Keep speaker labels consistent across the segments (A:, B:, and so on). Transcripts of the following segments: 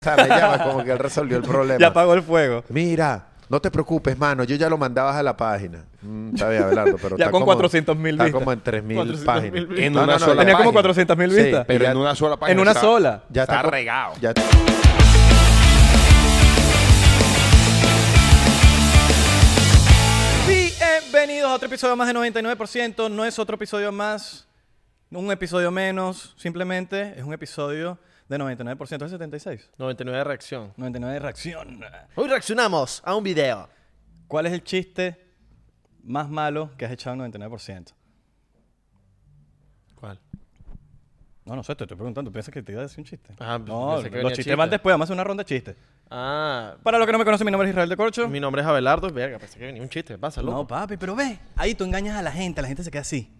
A: está, me llama como que él resolvió el problema.
B: Ya apagó el fuego.
A: Mira, no te preocupes, mano, yo ya lo mandabas a la página. Mm, está bien, Abelardo, pero
B: Ya
A: está
B: con
A: como-
B: 400.000
A: Está
B: vistas.
A: como en 3.000
B: 400.000
A: páginas.
B: vistas.
C: En una sola
B: Tenía como
C: página.
B: 400.000
A: Sí,
B: vistas.
A: pero
C: Pero
A: ya-
C: en una sola página.
B: en una
C: está-
B: sola.
A: Ya
C: está
A: co-
C: regado.
A: Ya
B: Bienvenidos a otro episodio más de 99%. No es otro episodio más, un episodio menos. Simplemente es un episodio de 99% de 76.
D: 99 de reacción.
B: 99 de reacción.
D: Hoy reaccionamos a un video.
B: ¿Cuál es el chiste más malo que has echado en 99%?
D: ¿Cuál?
B: No, no sé, te estoy preguntando. ¿Piensas que te iba a decir un chiste?
D: Ah, pues,
B: no,
D: pensé que venía
B: los chistes
D: chiste.
B: van después. Vamos a hacer una ronda de chistes.
D: Ah,
B: Para los que no me conocen, mi nombre es Israel de Corcho.
D: mi nombre es Abelardo. Verga, pensé que venía un chiste. Pásalo.
B: No, papi, pero ve. Ahí tú engañas a la gente. La gente se queda así.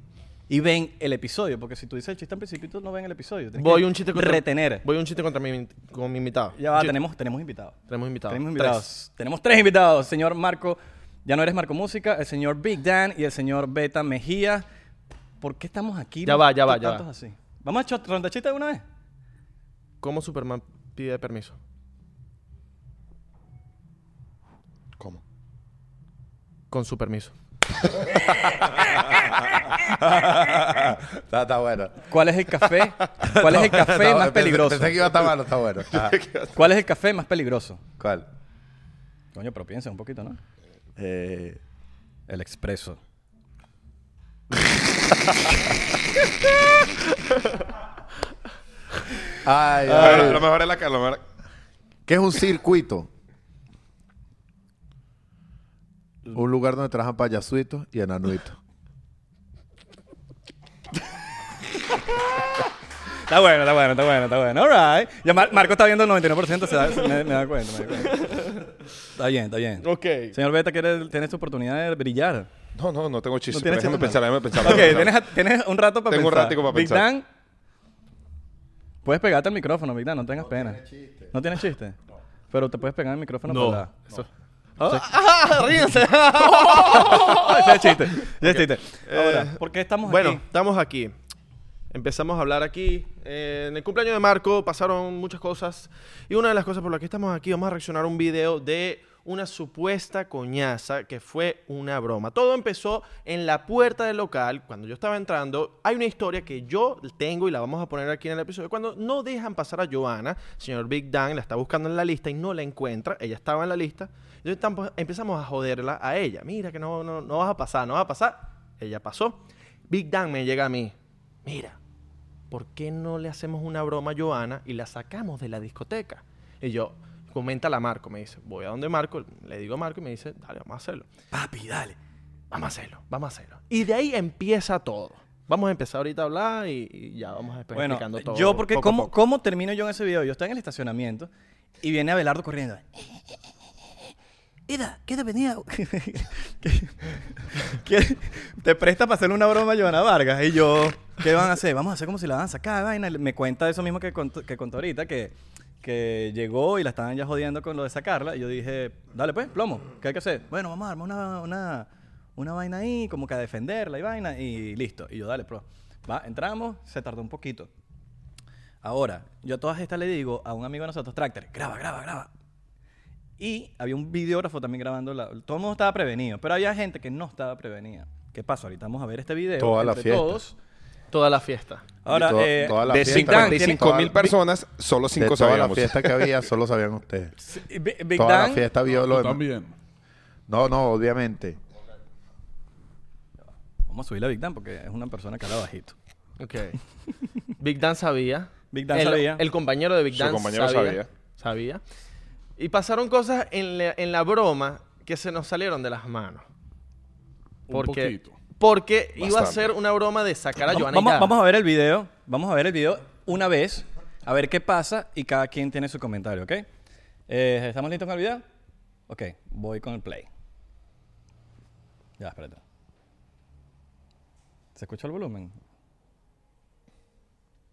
B: Y ven el episodio. Porque si tú dices el chiste al principio, tú no ven el episodio. Tienes
D: voy
B: que
D: un chiste contra.
B: Retener.
D: Voy un chiste contra mi, con mi invitado.
B: Ya va,
D: Chiste.
B: tenemos, tenemos invitados.
D: Tenemos invitado.
B: Tenemos
D: Tres.
B: invitados. Tenemos tres invitados. Señor Marco, ya no eres Marco Música, el señor Big Dan y el señor Beta Mejía. ¿Por qué estamos aquí?
D: Ya va, ya
B: los
D: va, ya va.
B: tantos así? ¿Vamos a echar ronda de chistes de una vez?
D: ¿Cómo Superman pide permiso?
C: ¿Cómo?
D: Con su permiso.
A: está, está bueno.
B: ¿Cuál es el café? ¿Cuál es el café
A: Está-
B: más
A: pensé-
B: peligroso?
A: Pensé que iba a estar malo, está bueno. Ajá.
B: ¿Cuál es el café más peligroso?
A: ¿Cuál?
B: Coño, pero piensa un poquito, ¿no?
A: Eh,
B: El expreso.
A: ay,
C: Ah,
A: ay.
C: lo mejor es la cara. Lo mejor...
A: ¿Qué es un circuito? Un lugar donde trabajan payasuitos y enanuitos.
B: Está bueno, está bueno, está bueno, está bueno. All right. Ya Mar- Marco está viendo el 99%, se da- se- me, me da cuenta, me da cuenta. Está bien, está bien.
C: Ok.
B: Señor Beta, ¿quiere- tienes tu oportunidad de brillar.
C: No, no, no tengo chiste.
B: No tienes
C: déjame
B: chiste,
C: pensar, déjame pensar.
B: Ok,
C: déjame pensar.
B: tienes, tienes un rato para
C: Tengo un
B: pensar.
C: ratico para
B: Big
C: pensar.
B: Dan, puedes pegarte al micrófono, Big Dan, no tengas pena. ¿No tienes chiste? Pero te puedes pegar al micrófono por la...
D: Eso-
B: ¡Ríense! Ese es chiste, ese es chiste. Ahora,
C: Eh,
B: ¿por qué estamos
D: Bueno,
B: aquí?
D: estamos aquí. Empezamos a hablar aquí. Eh, en el cumpleaños de Marco pasaron muchas cosas. Y una de las cosas por las que estamos aquí, vamos a reaccionar a un video de una supuesta coñaza que fue una broma. Todo empezó en la puerta del local, cuando yo estaba entrando. Hay una historia que yo tengo y la vamos a poner aquí en el episodio. Cuando no dejan pasar a Joana, señor Big Dan la está buscando en la lista y no la encuentra. Ella estaba en la lista. Entonces tampo- empezamos a joderla a ella. Mira que no, no, no vas a pasar, no vas a pasar. Ella pasó. Big Dan me llega a mí. Mira, ¿por qué no le hacemos una broma a Joana y la sacamos de la discoteca? Y yo, coméntala a Marco, me dice. Voy a donde Marco, le digo a Marco y me dice, dale, vamos a hacerlo.
B: Papi, dale.
D: Vamos a hacerlo, vamos a hacerlo. Y de ahí empieza todo. Vamos a empezar ahorita a hablar y, y ya vamos a estar
B: Bueno,
D: Pues,
B: eh,
D: explicando todo.
B: yo porque
D: poco a
B: ¿cómo,
D: poco.
B: ¿cómo termino yo en ese video? Yo estaba en el estacionamiento y viene Abelardo corriendo. Ida, ¿qué te venía? ¿Qué- qué- te presta para hacerle una broma a Joana Vargas y yo, ¿qué van a hacer? Vamos a hacer como si la van a sacar, vaina. Me cuenta eso mismo que contó, que contó ahorita, que, que llegó y la estaban ya jodiendo con lo de sacarla. Y yo dije, dale pues, plomo, ¿qué hay que hacer? Bueno, vamos a armar una, una, una vaina ahí, como que a defenderla y vaina, y listo. Y yo, dale, pro. Va, entramos, se tardó un poquito. Ahora, yo a todas estas le digo a un amigo de nosotros, Tractor, graba, graba, graba. Y había un videógrafo también grabando. la- todo el mundo estaba prevenido, pero había gente que no estaba prevenida. ¿Qué pasa? Ahorita vamos a ver este video.
A: Toda la
B: entre
A: fiesta.
B: todos.
D: Toda la fiesta.
B: Ahora,
A: Y to-
B: eh,
A: toda la
C: De
A: fiesta.
C: 55 mil
A: Toda-
C: personas, solo
A: De
C: 5
A: toda la
C: sabíamos.
A: fiesta que había, solo sabían ustedes.
B: sí, Bi- Big
A: toda
B: Dan,
A: la fiesta vio lo
E: Tú
A: demás.
E: también.
A: No, no, obviamente.
B: vamos a subirle a Big Dan porque es una persona que habla bajito.
D: Ok. Big Dan sabía.
B: Big Dan
D: el,
B: sabía.
D: El compañero de Big
C: Su
D: Dan
C: compañero
D: sabía. Sabía. Y pasaron cosas en la, en la broma que se nos salieron de las manos.
E: Un
D: Porque,
E: poquito.
D: porque iba a
C: Bastante.
D: ser una broma de sacar a
B: Vamos,
D: Joana.
B: vamos-
D: Hidalgo.
B: vamos a ver el video. Vamos a ver el video una vez. A ver qué pasa y cada quien tiene su comentario, ¿ok? Eh, ¿Estamos listos con el video? Ok, voy con el play. Ya, espérate. ¿Se escucha el volumen?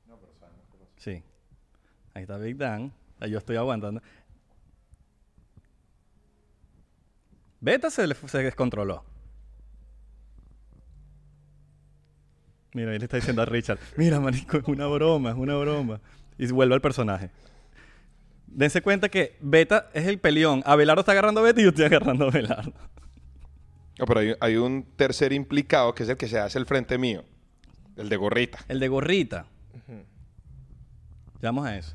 B: No, pero Sí. Ahí está Big Dan. Ahí Yo estoy aguantando. Beta se, le- se descontroló. Mira, él le está diciendo a Richard, mira, manico, es una broma, es una broma. Y vuelve al personaje. Dense cuenta que Beta es el peleón. Abelardo está agarrando a Beta y yo estoy agarrando a Abelardo.
C: No, pero hay, hay un tercer implicado que es el que se hace el frente mío. El de gorrita.
B: El de gorrita. Llamamos a eso.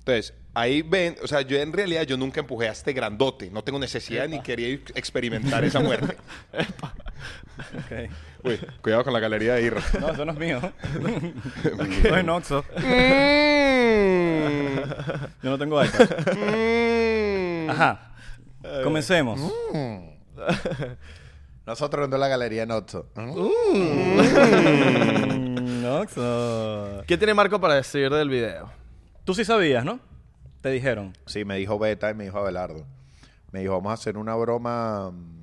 C: Entonces, ahí ven, o sea, yo en realidad yo nunca empujé a este grandote. No tengo necesidad ni quería ex- experimentar esa muerte.
B: Ok.
C: Uy, cuidado con la galería de Irra.
B: No, eso no es mío. No es Noxo. Yo no tengo iPad. Ajá. Comencemos.
A: Nosotros en la galería Noxo.
B: Mm, Noxo.
D: ¿Qué tiene Marco para decir del video?
B: Tú sí sabías, ¿no? Te dijeron.
A: Sí, me dijo Beta y me dijo Abelardo. Me dijo, vamos a hacer una broma. mm,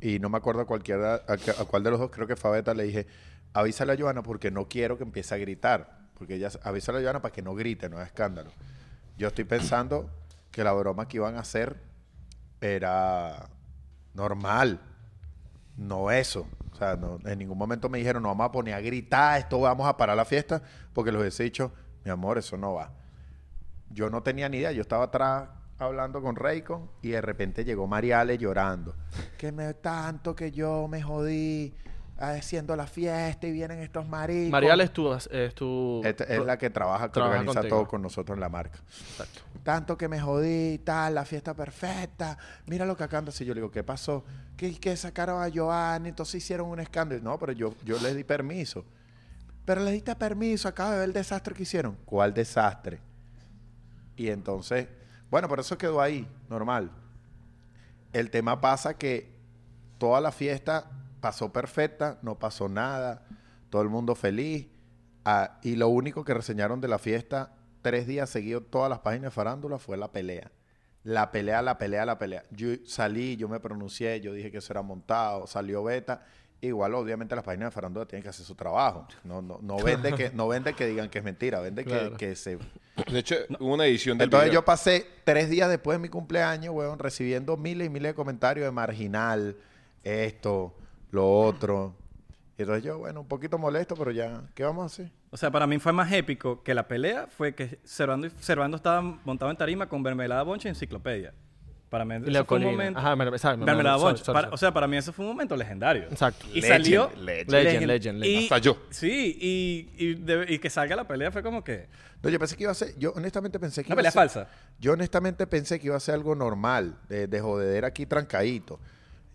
A: Y no me acuerdo a, cualquiera, a, ca- a cuál de los dos, creo que fue a Beta, le dije, avísale a Joana porque no quiero que empiece a gritar. Porque ella, avísale a Joana para que no grite, no haga escándalo. Yo estoy pensando que la broma que iban a hacer era normal, no eso. O sea, no- en ningún momento me dijeron, no vamos a poner a gritar, esto vamos a parar la fiesta, porque les hubiese dicho, mi amor, eso no va. Yo no tenía ni idea, yo estaba atrás hablando con Raycon y de repente llegó Mariale llorando. Que me tanto que yo me jodí ah, haciendo la fiesta y vienen estos maricos.
D: Marial es tu... Es, tu
A: Esta es, la que trabaja, que
D: Trabaja
A: organiza
D: contigo.
A: todo con nosotros en la marca.
D: Exacto.
A: Tanto que me jodí, tal, la fiesta perfecta. Mira lo que acá anda. Así yo le digo, ¿qué pasó? Que, que sacaron a Joan, entonces hicieron un escándalo. No, pero yo, yo les di permiso. Pero les diste permiso, acabo de ver el desastre que hicieron. ¿Cuál desastre? Y entonces, bueno, por eso quedó ahí, normal. El tema pasa que toda la fiesta pasó perfecta, no pasó nada, todo el mundo feliz. Ah, y lo único que reseñaron de la fiesta tres días seguidos, todas las páginas de farándula, fue la pelea. La pelea, la pelea, la pelea. Yo salí, yo me pronuncié, yo dije que eso era montado, salió beta. Igual, obviamente, las páginas de farándula tienen que hacer su trabajo. No, no, no, vende, que, no vende que digan que es mentira, vende que-
D: Claro.
A: que se
C: De hecho, hubo una edición del
A: entonces
C: video.
A: yo pasé tres días después de mi cumpleaños, weón, recibiendo miles y miles de comentarios de marginal, esto, lo otro. Y entonces yo, bueno, un poquito molesto, pero ya, ¿qué vamos a hacer?
B: O sea, para mí fue más épico que la pelea fue que Cervando, Cervando estaba montado en tarima con Mermelada Boncha y Enciclopedia. Para mí eso fue un
D: Leocolina.
B: momento...
D: Ajá, merme- sabe, mermelada
B: Mermelada
D: sorry,
B: Boncha.
D: sorry,
B: Para-
D: sorry.
B: O sea, para mí eso fue un momento legendario.
D: Exacto.
B: Y
C: Legend,
B: salió...
C: legend.
D: Legend, legend, legend.
B: Y-
C: Hasta yo.
B: Sí, y, y de- y que salga la pelea fue como que...
A: No, yo pensé que iba a ser, yo honestamente pensé que
B: Una
A: iba a
B: pelea
A: ser-
B: falsa.
A: Yo honestamente pensé que iba a ser algo normal, de, de jodedera aquí trancadito.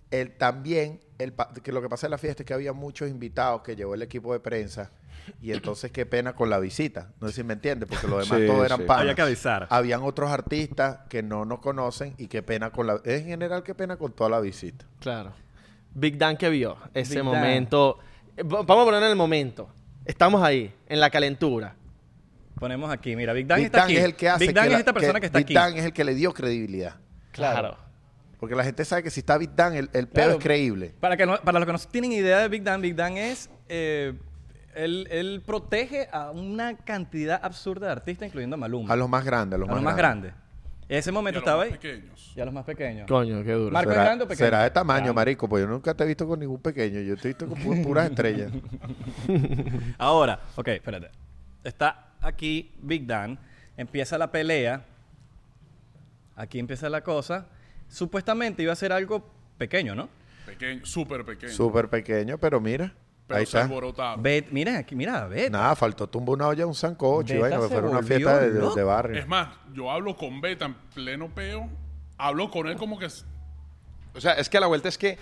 A: El, también, el, pa- que lo que pasa en la fiesta es que había muchos invitados que llevó el equipo de prensa y entonces qué pena con la visita. No sé si me entiendes, porque los demás
C: Sí,
A: todos eran
C: sí.
A: panas.
B: Había que avisar.
A: Habían otros artistas que no nos conocen y qué pena con la... En general, qué pena con toda la visita.
D: Claro. Big Dan que vio ese
B: Big Dan.
D: momento. Eh, va- Vamos a poner en el momento. Estamos ahí, en la calentura.
B: Ponemos aquí, mira, Big Dan
A: Big
B: está
A: Dan
B: aquí.
A: es el que hace
B: Big Dan
A: que la-
B: es esta persona que, está
A: Big
B: aquí.
A: Dan es el que le dio credibilidad.
D: Claro.
A: Porque la gente sabe que si está Big Dan, el, el pedo
B: Claro.
A: es creíble.
B: Para, que no- para los que no tienen idea de Big Dan, Big Dan es... eh, él, él protege a una cantidad absurda de artistas, incluyendo a Maluma.
A: A los más grandes, a los,
B: a los más grandes. En ese momento estaba ahí. Y a los más pequeños.
D: Coño, qué duro.
B: Marco es grande o pequeño.
A: será de tamaño, marico, pues yo nunca te he visto con ningún pequeño. Yo te he visto con pu- puras estrellas.
B: Ahora, ok, espérate. Está aquí Big Dan. Empieza la pelea. Aquí empieza la cosa. Supuestamente iba a ser algo pequeño, ¿no?
E: Pequeño, súper pequeño.
A: Súper pequeño, pero mira.
E: pero
A: ahí
E: se
A: está.
E: alborotaron.
B: Bet, mira, aquí, mira, Bet.
A: Nada, faltó tumba una olla, un sancocho. Y
B: Beta
A: vaina, que
B: se
A: fuera una
B: volvió
A: fiesta de, de-
B: loco.
A: de barrio.
E: Es más, yo hablo con Beta en pleno peo. Hablo con él como que. s-
C: O sea, es que la vuelta es que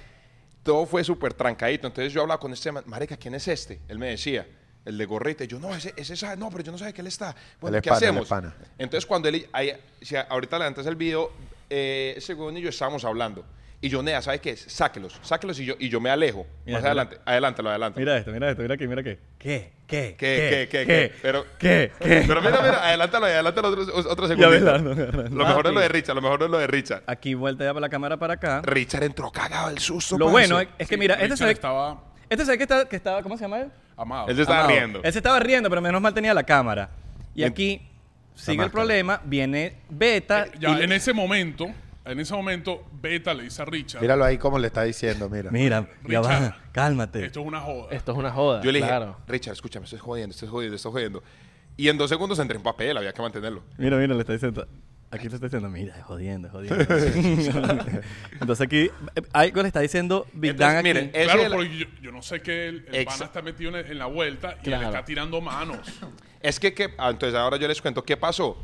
C: todo fue súper trancadito. Entonces yo hablaba con este man, Marica, ¿quién es este? Él me decía, el de gorrita. Y yo, no, ese, ese sabe, no, pero yo no sabía que él está. Bueno,
A: Él es
C: ¿qué
A: pana, él
C: hacemos?
A: es pana.
C: Entonces cuando él, ahí- si a- ahorita levantas el video, eh, según y yo estábamos hablando. Y yo, Nea, ¿sabes qué es? Sáquelos, sáquelos y yo, y yo me alejo.
B: Mira,
C: Más
B: mira.
C: adelante, adelántalo, adelante.
B: Mira esto, mira esto, mira aquí, mira aquí. ¿Qué? ¿Qué?
C: ¿Qué, qué, qué, qué? Pero-
B: ¿Qué? ¿Qué?
C: Pero mira, mira, adelántalo, adelántalo otro, otro segundito.
B: Abelardo, Abelardo.
C: Lo mejor es lo de Richard, lo mejor es lo de Richard.
B: Aquí voltea para la cámara para acá.
C: Richard entró cagado del susto.
B: Lo
C: parce.
B: bueno es, es que
E: Sí,
B: mira,
E: Richard
B: este se ve,
E: estaba
B: este se ve que, está, que estaba, ¿cómo se llama él?
E: amado.
C: Él se estaba
B: Amado.
C: riendo.
B: Él se estaba riendo, pero menos mal tenía la cámara. Y
C: Bien.
B: aquí sigue el
A: máscara.
B: problema, viene Beta.
E: Ah, Eh, Ya
B: y-
E: en ese momento, en ese momento, Beta le dice a Richard:
A: Míralo ahí como le está diciendo, mira.
B: Mira, ya
E: Richard,
B: va, cálmate.
E: Esto es una joda.
D: Esto es una joda.
C: Yo le dije,
D: claro.
C: Richard, escúchame, estás jodiendo, estás jodiendo, estás jodiendo. Y en dos segundos entré en papel, había que mantenerlo.
B: Mira, mira, le está diciendo. Aquí le está diciendo, mira, jodiendo, jodiendo. Entonces aquí, eh, algo le está diciendo Big
C: Entonces,
B: Dan aquí.
C: miren, ese
E: claro,
C: es el-
E: porque yo, yo no sé que el,
C: Exa-
E: el pana está metido en, en la vuelta y
B: Claro.
E: le está tirando manos.
C: Es que, que- ah, entonces ahora yo les cuento qué pasó.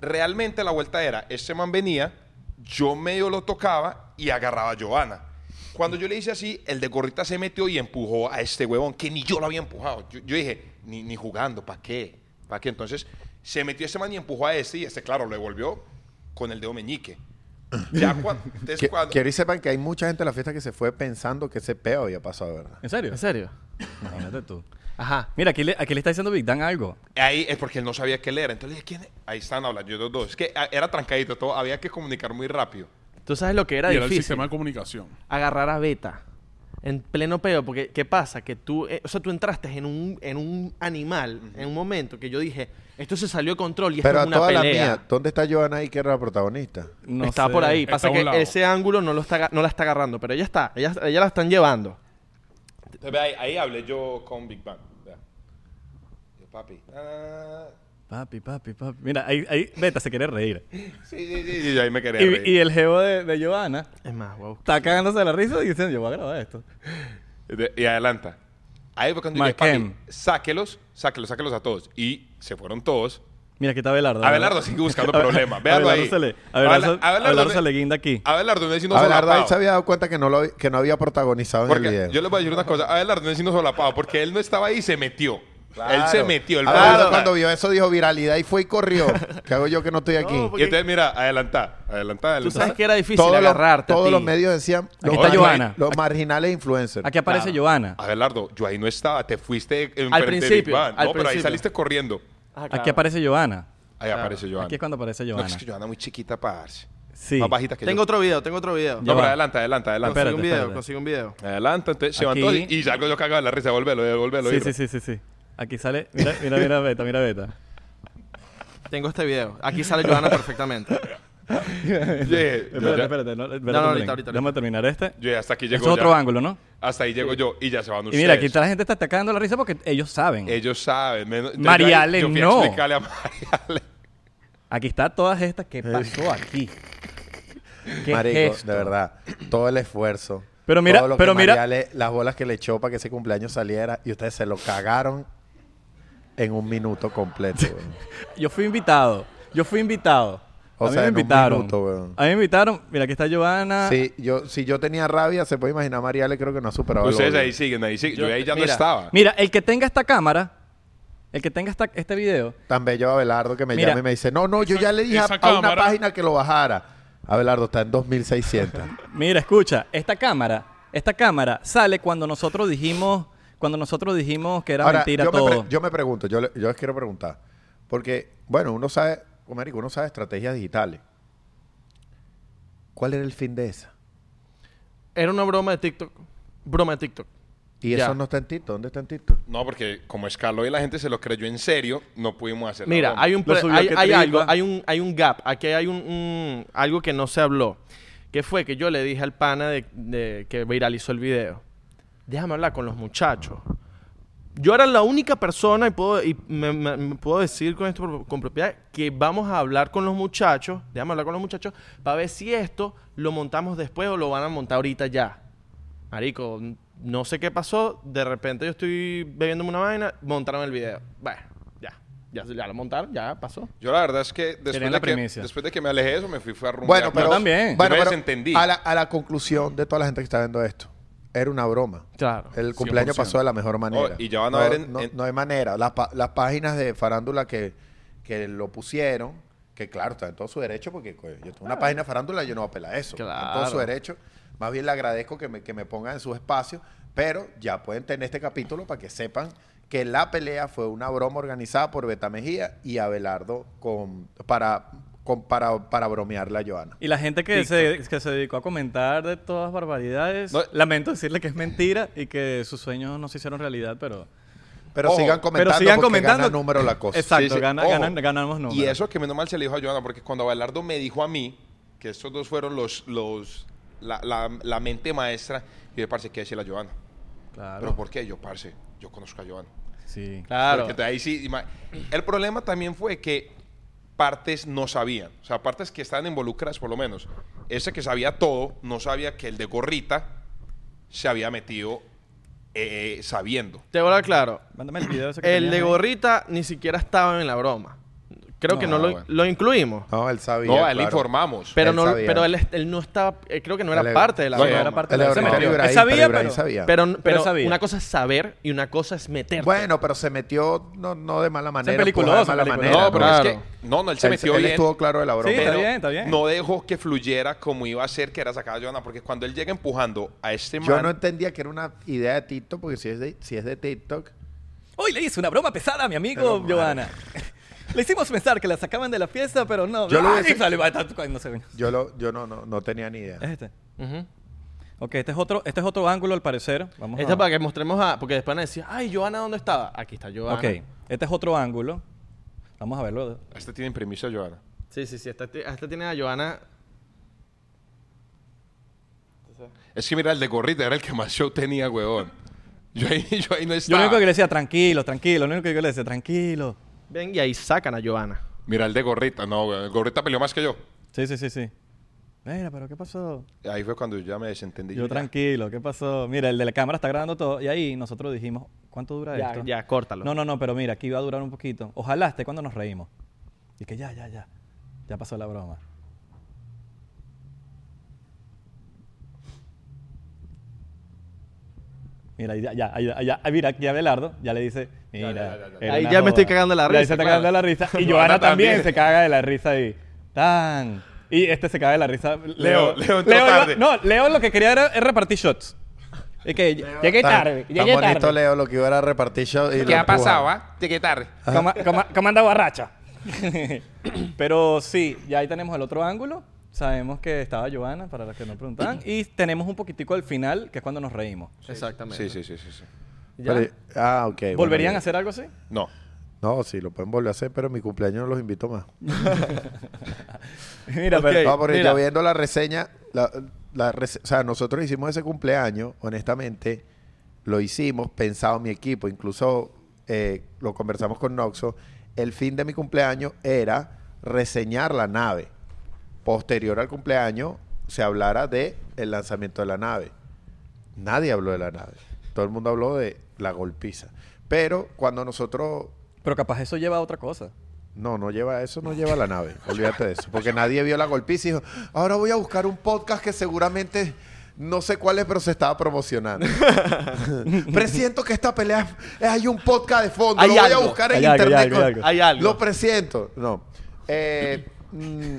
C: Realmente la vuelta era, este man venía, yo medio lo tocaba y agarraba a Giovanna. Cuando yo le hice así, el de gorrita se metió y empujó a este huevón, que ni yo lo había empujado. Yo, yo dije, ni, ni jugando, ¿para qué? ¿Para qué? Entonces se metió este man y empujó a este y este, claro, lo devolvió con el dedo meñique. Ya cuando... entonces
A: Que-
C: cuando-
A: Quiero que sepan que hay mucha gente en la fiesta que se fue pensando que ese peo había pasado, ¿verdad?
B: ¿En serio?
D: ¿En serio?
B: Imagínate tú.
D: Ajá.
B: Mira, aquí le, aquí le está diciendo Big Dan algo.
C: Ahí es porque él no sabía qué leer. Entonces le dije, ¿quién? es? Ahí están hablando, yo los dos. Es que ah, era trancadito, todo, había que comunicar muy rápido.
D: Tú sabes lo que era
E: y era el
D: difícil.
E: sistema de comunicación.
D: agarrar a Beta en pleno peo, porque ¿qué pasa? Que tú, eh, o sea, tú entraste en un, en un animal, en un momento que yo dije, esto se salió de control y esto
A: Pero
D: es
A: a
D: una
A: toda la
D: pelea.
A: mía, ¿dónde está Joana ahí que era la protagonista?
B: No
D: estaba
B: sé.
D: por ahí.
E: Está
D: Pasa
E: a un
D: que
E: lado.
D: ese ángulo no, lo está, aga- no la está agarrando, pero ella está, ella, ella la están llevando.
C: Entonces, ve ahí, ahí hablé yo con Big Bang. vea. Yo, papi. ah,
B: Papi, papi, papi. Mira, ahí, ahí Beta se quiere reír.
C: sí, sí, sí, sí, yo ahí me quería reír.
B: Y, y el jevo de, de Giovanna
D: Es más, wow.
B: está cagándose de la risa y diciendo, yo voy a grabar esto.
C: De- y adelanta. Ahí fue cuando yo dije, papi,
B: McKen.
C: sáquelos, sáquelos, sáquelos a todos. Y se fueron todos.
B: Mira, aquí está Abelardo.
C: Abelardo sigue buscando problemas. Véanlo
B: Abelardo
C: ahí.
B: se le- Abelardo-
C: Abel- Abelardo Ah,
B: Abelardo
C: se-
B: se le guinda aquí.
C: Abelardo no es sino
A: Abelardo ahí
C: solapado.
A: se había dado cuenta que no, lo, que no había protagonizado en el
C: Porque
A: video.
C: yo les voy a decir una cosa. Abelardo no es sino solapado porque él no estaba ahí y se metió. Él
A: Claro.
C: se metió. Él fue
A: Abelardo
C: a-
A: cuando vio eso dijo viralidad y fue y corrió. ¿Qué hago yo que no estoy aquí?
D: No,
C: Y entonces, mira, adelanta, adelanta,
D: Tú
C: adelanta.
D: sabes que era difícil
A: todos los,
D: agarrarte a
A: todos
D: ti.
A: los medios decían los,
B: está
A: margin-
B: Johanna.
A: los marginales influencers.
B: Aquí aparece
D: Claro.
B: Giovanna.
C: Abelardo, yo ahí no estaba, te fuiste en
D: Al
C: frente de
D: principio,
C: Big Bang.
D: al
C: no, pero ahí
D: principio.
C: saliste corriendo.
D: Ah, claro.
B: Aquí aparece Giovanna.
C: Ahí aparece Joana.
B: Aquí es cuando aparece
C: No,
B: Giovanna.
C: es que Joana muy chiquita para darse.
B: Sí.
C: Más bajita que
D: Tengo
C: yo.
D: otro video, tengo otro video.
B: Ya
C: No, pero
B: va.
C: adelanta, adelanta, adelanta.
D: Consigue un
B: espérate,
D: video,
B: espérate.
D: consigue un video.
C: Adelanta, entonces se van
B: Aquí.
C: todos y- y salgo yo cagado de la risa, volvelo, volvelo.
B: Sí,
C: Irra.
B: sí, sí, sí, sí. Aquí sale, mira, mira, mira Beta, mira Beta.
D: Tengo este video. Aquí sale Joana perfectamente.
C: Yo dije, yo
B: espérate,
C: ya-
B: espérate. No, espérate
D: No, no,
B: un
D: ahorita,
B: pelín.
D: ahorita,
B: Déjame terminar este. Este
C: yo dije, hasta aquí
B: es
C: llegó ya.
B: otro ángulo, ¿no?
C: Hasta ahí llego yo y ya se van
B: Y
C: ustedes.
B: mira, aquí la gente está atacando la risa porque ellos saben.
C: Ellos saben. menos- entonces
B: Mariale,
C: yo ahí- yo fui a
B: no.
C: explicarle a Mariale.
B: Aquí está todas estas. ¿Qué pasó aquí? ¿Qué
A: Marico,
B: es esto?
A: de verdad, todo el esfuerzo.
B: Pero mira,
A: todo lo
B: pero
A: que
B: mira-
A: Mariale- las bolas que le echó para que ese cumpleaños saliera y ustedes se lo cagaron en un minuto completo. weón.
B: Yo fui invitado. Yo fui invitado.
A: O
B: a mí
A: sea,
B: me
A: en un
B: invitaron.
A: minuto, weón.
B: a mí me invitaron. Mira, aquí está Giovanna.
A: Sí, yo, si yo tenía rabia, se puede imaginar, Mariale creo que no ha superado el
C: Ustedes
A: odio.
C: ahí siguen, ahí siguen. Yo,
D: Yo-
C: ahí ya no
D: mira,
C: estaba.
B: Mira, el que tenga esta cámara, el que tenga esta, este video,
A: Tan bello Abelardo que me
B: Mira.
A: llama y me dice, no, no, yo
E: Esa-
A: ya le dije a,
E: esa
A: a una
E: cámara-
A: página que lo bajara. Abelardo está en 2600.
B: Mira, escucha, esta cámara, esta cámara sale cuando nosotros dijimos, cuando nosotros dijimos que era mentira
A: yo Me
B: todo.
A: pre- yo me pregunto, yo, le- yo les quiero preguntar. Porque, bueno, uno sabe, oh, marico, uno sabe estrategias digitales. ¿Cuál era el fin de esa?
D: Era una broma de TikTok. Broma de TikTok.
A: Y
D: Ya.
A: eso no está en TikTok. ¿Dónde está en TikTok?
C: No, porque como escaló y la gente se lo creyó en serio, no pudimos hacer la
D: Mira,
C: broma.
D: hay un,
B: Lo
D: pre-
B: subió
D: hay,
B: que
D: hay
B: tripa.
D: algo, hay un, hay un gap. Aquí hay un, un- algo que no se habló. Que fue que yo le dije al pana de, de- que viralizó el video. Déjame hablar con los muchachos. Yo era la única persona, y puedo, y me, me- me puedo decir con esto por- con propiedad, que vamos a hablar con los muchachos, déjame hablar con los muchachos, para ver si esto lo montamos después o lo van a montar ahorita ya. Marico, n- no sé qué pasó. De repente yo estoy bebiéndome una vaina, montaron el video. Bueno, ya. Ya, ya lo montaron, ya pasó.
C: Yo la verdad es que después,
B: Querían la
C: de que
B: primicia.
C: después de que me alejé de eso, me fui fue a rumbear.
A: Bueno, pero,
C: Yo
B: también.
A: Bueno,
C: me
A: pero
C: desentendí.
A: A la, a la conclusión de toda la gente que está viendo esto, era una broma.
D: Claro.
C: Eh,
A: El cumpleaños
C: 100%.
A: pasó de la mejor manera.
C: Oh, y ya van a
A: no,
C: ver en-
A: no,
C: en-
A: no hay manera. Las, pa- las páginas de farándula que, que lo pusieron, que claro, está en todo su derecho, porque coño, yo
B: Ah.
A: tengo una página de farándula, yo no voy a pelar eso. Está en todo su
D: Claro.
A: derecho. Más bien le agradezco que me, que me pongan en su espacio, pero ya pueden tener este capítulo para que sepan que la pelea fue una broma organizada por Beta Mejía y Abelardo con, para, con, para, para bromearle a Joana.
B: Y la gente que se, que se dedicó a comentar de todas barbaridades,
C: No.
B: lamento decirle que es mentira y que sus sueños no se hicieron realidad, pero
A: Pero
C: Ojo,
A: sigan
C: pero
A: comentando
B: sigan
A: porque
B: comentando.
A: gana número la cosa.
B: Exacto,
C: Sí, sí.
B: gana-
C: Ojo.
B: ganan- ganamos números.
C: Y eso que menos mal se le dijo a Joana, porque cuando Abelardo me dijo a mí que estos dos fueron los, los la, la- la mente maestra, y yo, parce, ¿qué decía la Joana?
B: Claro.
C: ¿Pero por qué? Yo, parce, yo conozco a Joana.
B: Sí.
D: Claro.
C: Porque ahí sí, ima- el problema también fue que partes no sabían, o sea, partes que estaban involucradas por lo menos. Ese que sabía todo no sabía que el de gorrita se había metido eh, sabiendo.
D: Te voy a dar claro.
B: Mándame el video ese que
D: El
B: tenías
D: de
B: ahí.
D: gorrita ni siquiera estaba en la broma. Creo que
C: No,
D: no lo,
C: bueno.
D: lo incluimos.
A: No, él sabía.
C: no, a él
A: claro.
C: informamos.
D: Pero
A: Él
D: no,
A: sabía.
D: pero él, est- él no estaba, eh, creo que no era
A: Él-
D: parte de la
C: no,
D: broma.
C: no
B: era parte
A: El
B: de la
A: de
B: broma.
A: Ibrahim,
B: Él sabía,
A: pero Ibrahim
B: pero-
A: sabía.
D: Pero, pero,
B: sabía.
D: una cosa es saber y una cosa es meterte.
A: Bueno, pero se metió no, no de mala manera.
B: peliculoso,
A: empujada de mala manera.
B: peliculoso.
C: no, pero
D: claro.
C: es que no, no, él se
A: Él-
C: metió
A: él
C: bien.
A: estuvo claro de la broma.
B: Sí, está
C: pero
B: bien, está bien.
C: No dejó que fluyera como iba a ser que era sacada Joana, porque cuando él llega empujando a este man,
A: Yo no entendía que era una idea de TikTok, porque si es de, si es de TikTok,
B: Hoy le hice una broma pesada a mi
A: Pero,
B: amigo
A: madre.
B: Giovanna. Le hicimos pensar que la sacaban de la fiesta, pero no.
A: Yo lo
B: Ay,
A: hubiese-
B: sale, va a estar- no sé.
A: yo, lo, yo no, no, no tenía ni idea.
B: Es este.
D: Ujú.
B: Ok, este es otro, este es otro ángulo al parecer. Vamos a...
D: Esta Este es para que mostremos a. Porque después van a decir, ay, Joana, ¿dónde estaba? Aquí está Joana.
B: Ok, este es otro ángulo. Vamos a verlo.
C: este tiene premisa Joana.
D: Sí, sí, sí. Esta, ti- esta tiene a Joana.
C: Es que mira, el de gorrita era el que más show tenía, huevón. Yo ahí, yo ahí
B: Yo lo
C: no estaba.
B: único que le decía, tranquilo, tranquilo. Lo único que yo le decía, tranquilo.
D: Ven, y ahí sacan a Joana.
C: Mira, el de gorrita, no, huevón. El gorrita peleó más que yo.
B: Sí, sí, sí, sí. Mira, pero ¿qué pasó?
C: Ahí fue cuando yo ya me desentendí.
B: Yo
C: ya.
B: tranquilo, ¿qué pasó? Mira, el de la cámara está grabando todo. Y ahí nosotros dijimos, ¿cuánto dura
D: Ya,
B: esto?
D: ya, córtalo.
B: No, no, no, pero mira, aquí va a durar un poquito. Ojalá esté cuando nos reímos. Y que ya, ya, ya. Ya pasó la broma. Mira, ahí ya, ya, ahí ya, ahí ya, ahí mira, aquí Abelardo ya le dice, mira, era
D: Ahí
B: una
D: ya me estoy
B: joda.
D: cagando la
B: Ahí
D: risa,
B: se está
D: claro.
B: cagando la risa. Y Joana también se caga de la risa ahí. Tan. Y este se caga de la risa.
C: Leo, Leo entró
B: iba-
C: tarde.
B: no, Leo lo que quería era, era repartir shots. Y que llegué
A: Tan-
B: tarde,
A: tan
B: llegué
A: bonito
B: tarde.
A: Leo lo que iba era repartir show y lo empuja.
C: ah? ¿De qué tarde?
B: Coma- coma- Comanda borracha. Pero sí, ya ahí tenemos el otro ángulo. Sabemos que estaba Joana, para los que no preguntaban. Y tenemos un poquitico al final, que es cuando nos reímos.
D: Exactamente.
C: Sí, sí, sí, sí, sí.
D: ¿Ya?
A: Pero- ah, ok. bueno,
B: ¿Volverían
A: bien.
B: a hacer algo así?
C: No.
A: No, sí, lo pueden volver a hacer, pero en mi cumpleaños no los invito más.
B: Mira,
D: Ok.
B: pero.
A: no, porque
D: mira.
A: yo viendo la reseña, la- la rese- o sea, nosotros hicimos ese cumpleaños, honestamente, lo hicimos, pensado mi equipo, incluso eh, lo conversamos con Noxo, el fin de mi cumpleaños era reseñar la nave. Posterior al cumpleaños se hablara de el lanzamiento de la nave. Nadie habló de la nave. Todo el mundo habló de la golpiza. Pero cuando nosotros
B: Pero capaz eso lleva a otra cosa.
A: no, no lleva eso, no lleva la nave. Olvídate de eso. Porque nadie vio la golpiza y dijo, ahora voy a buscar un podcast que seguramente no sé cuál es, pero se estaba promocionando. presiento que esta pelea eh, hay un podcast de fondo.
D: Hay
A: lo voy
D: algo,
A: a buscar en
B: hay algo, hay
A: internet.
B: algo,
A: con-
B: hay algo.
D: Hay algo.
A: Lo presiento. No. Eh, mm,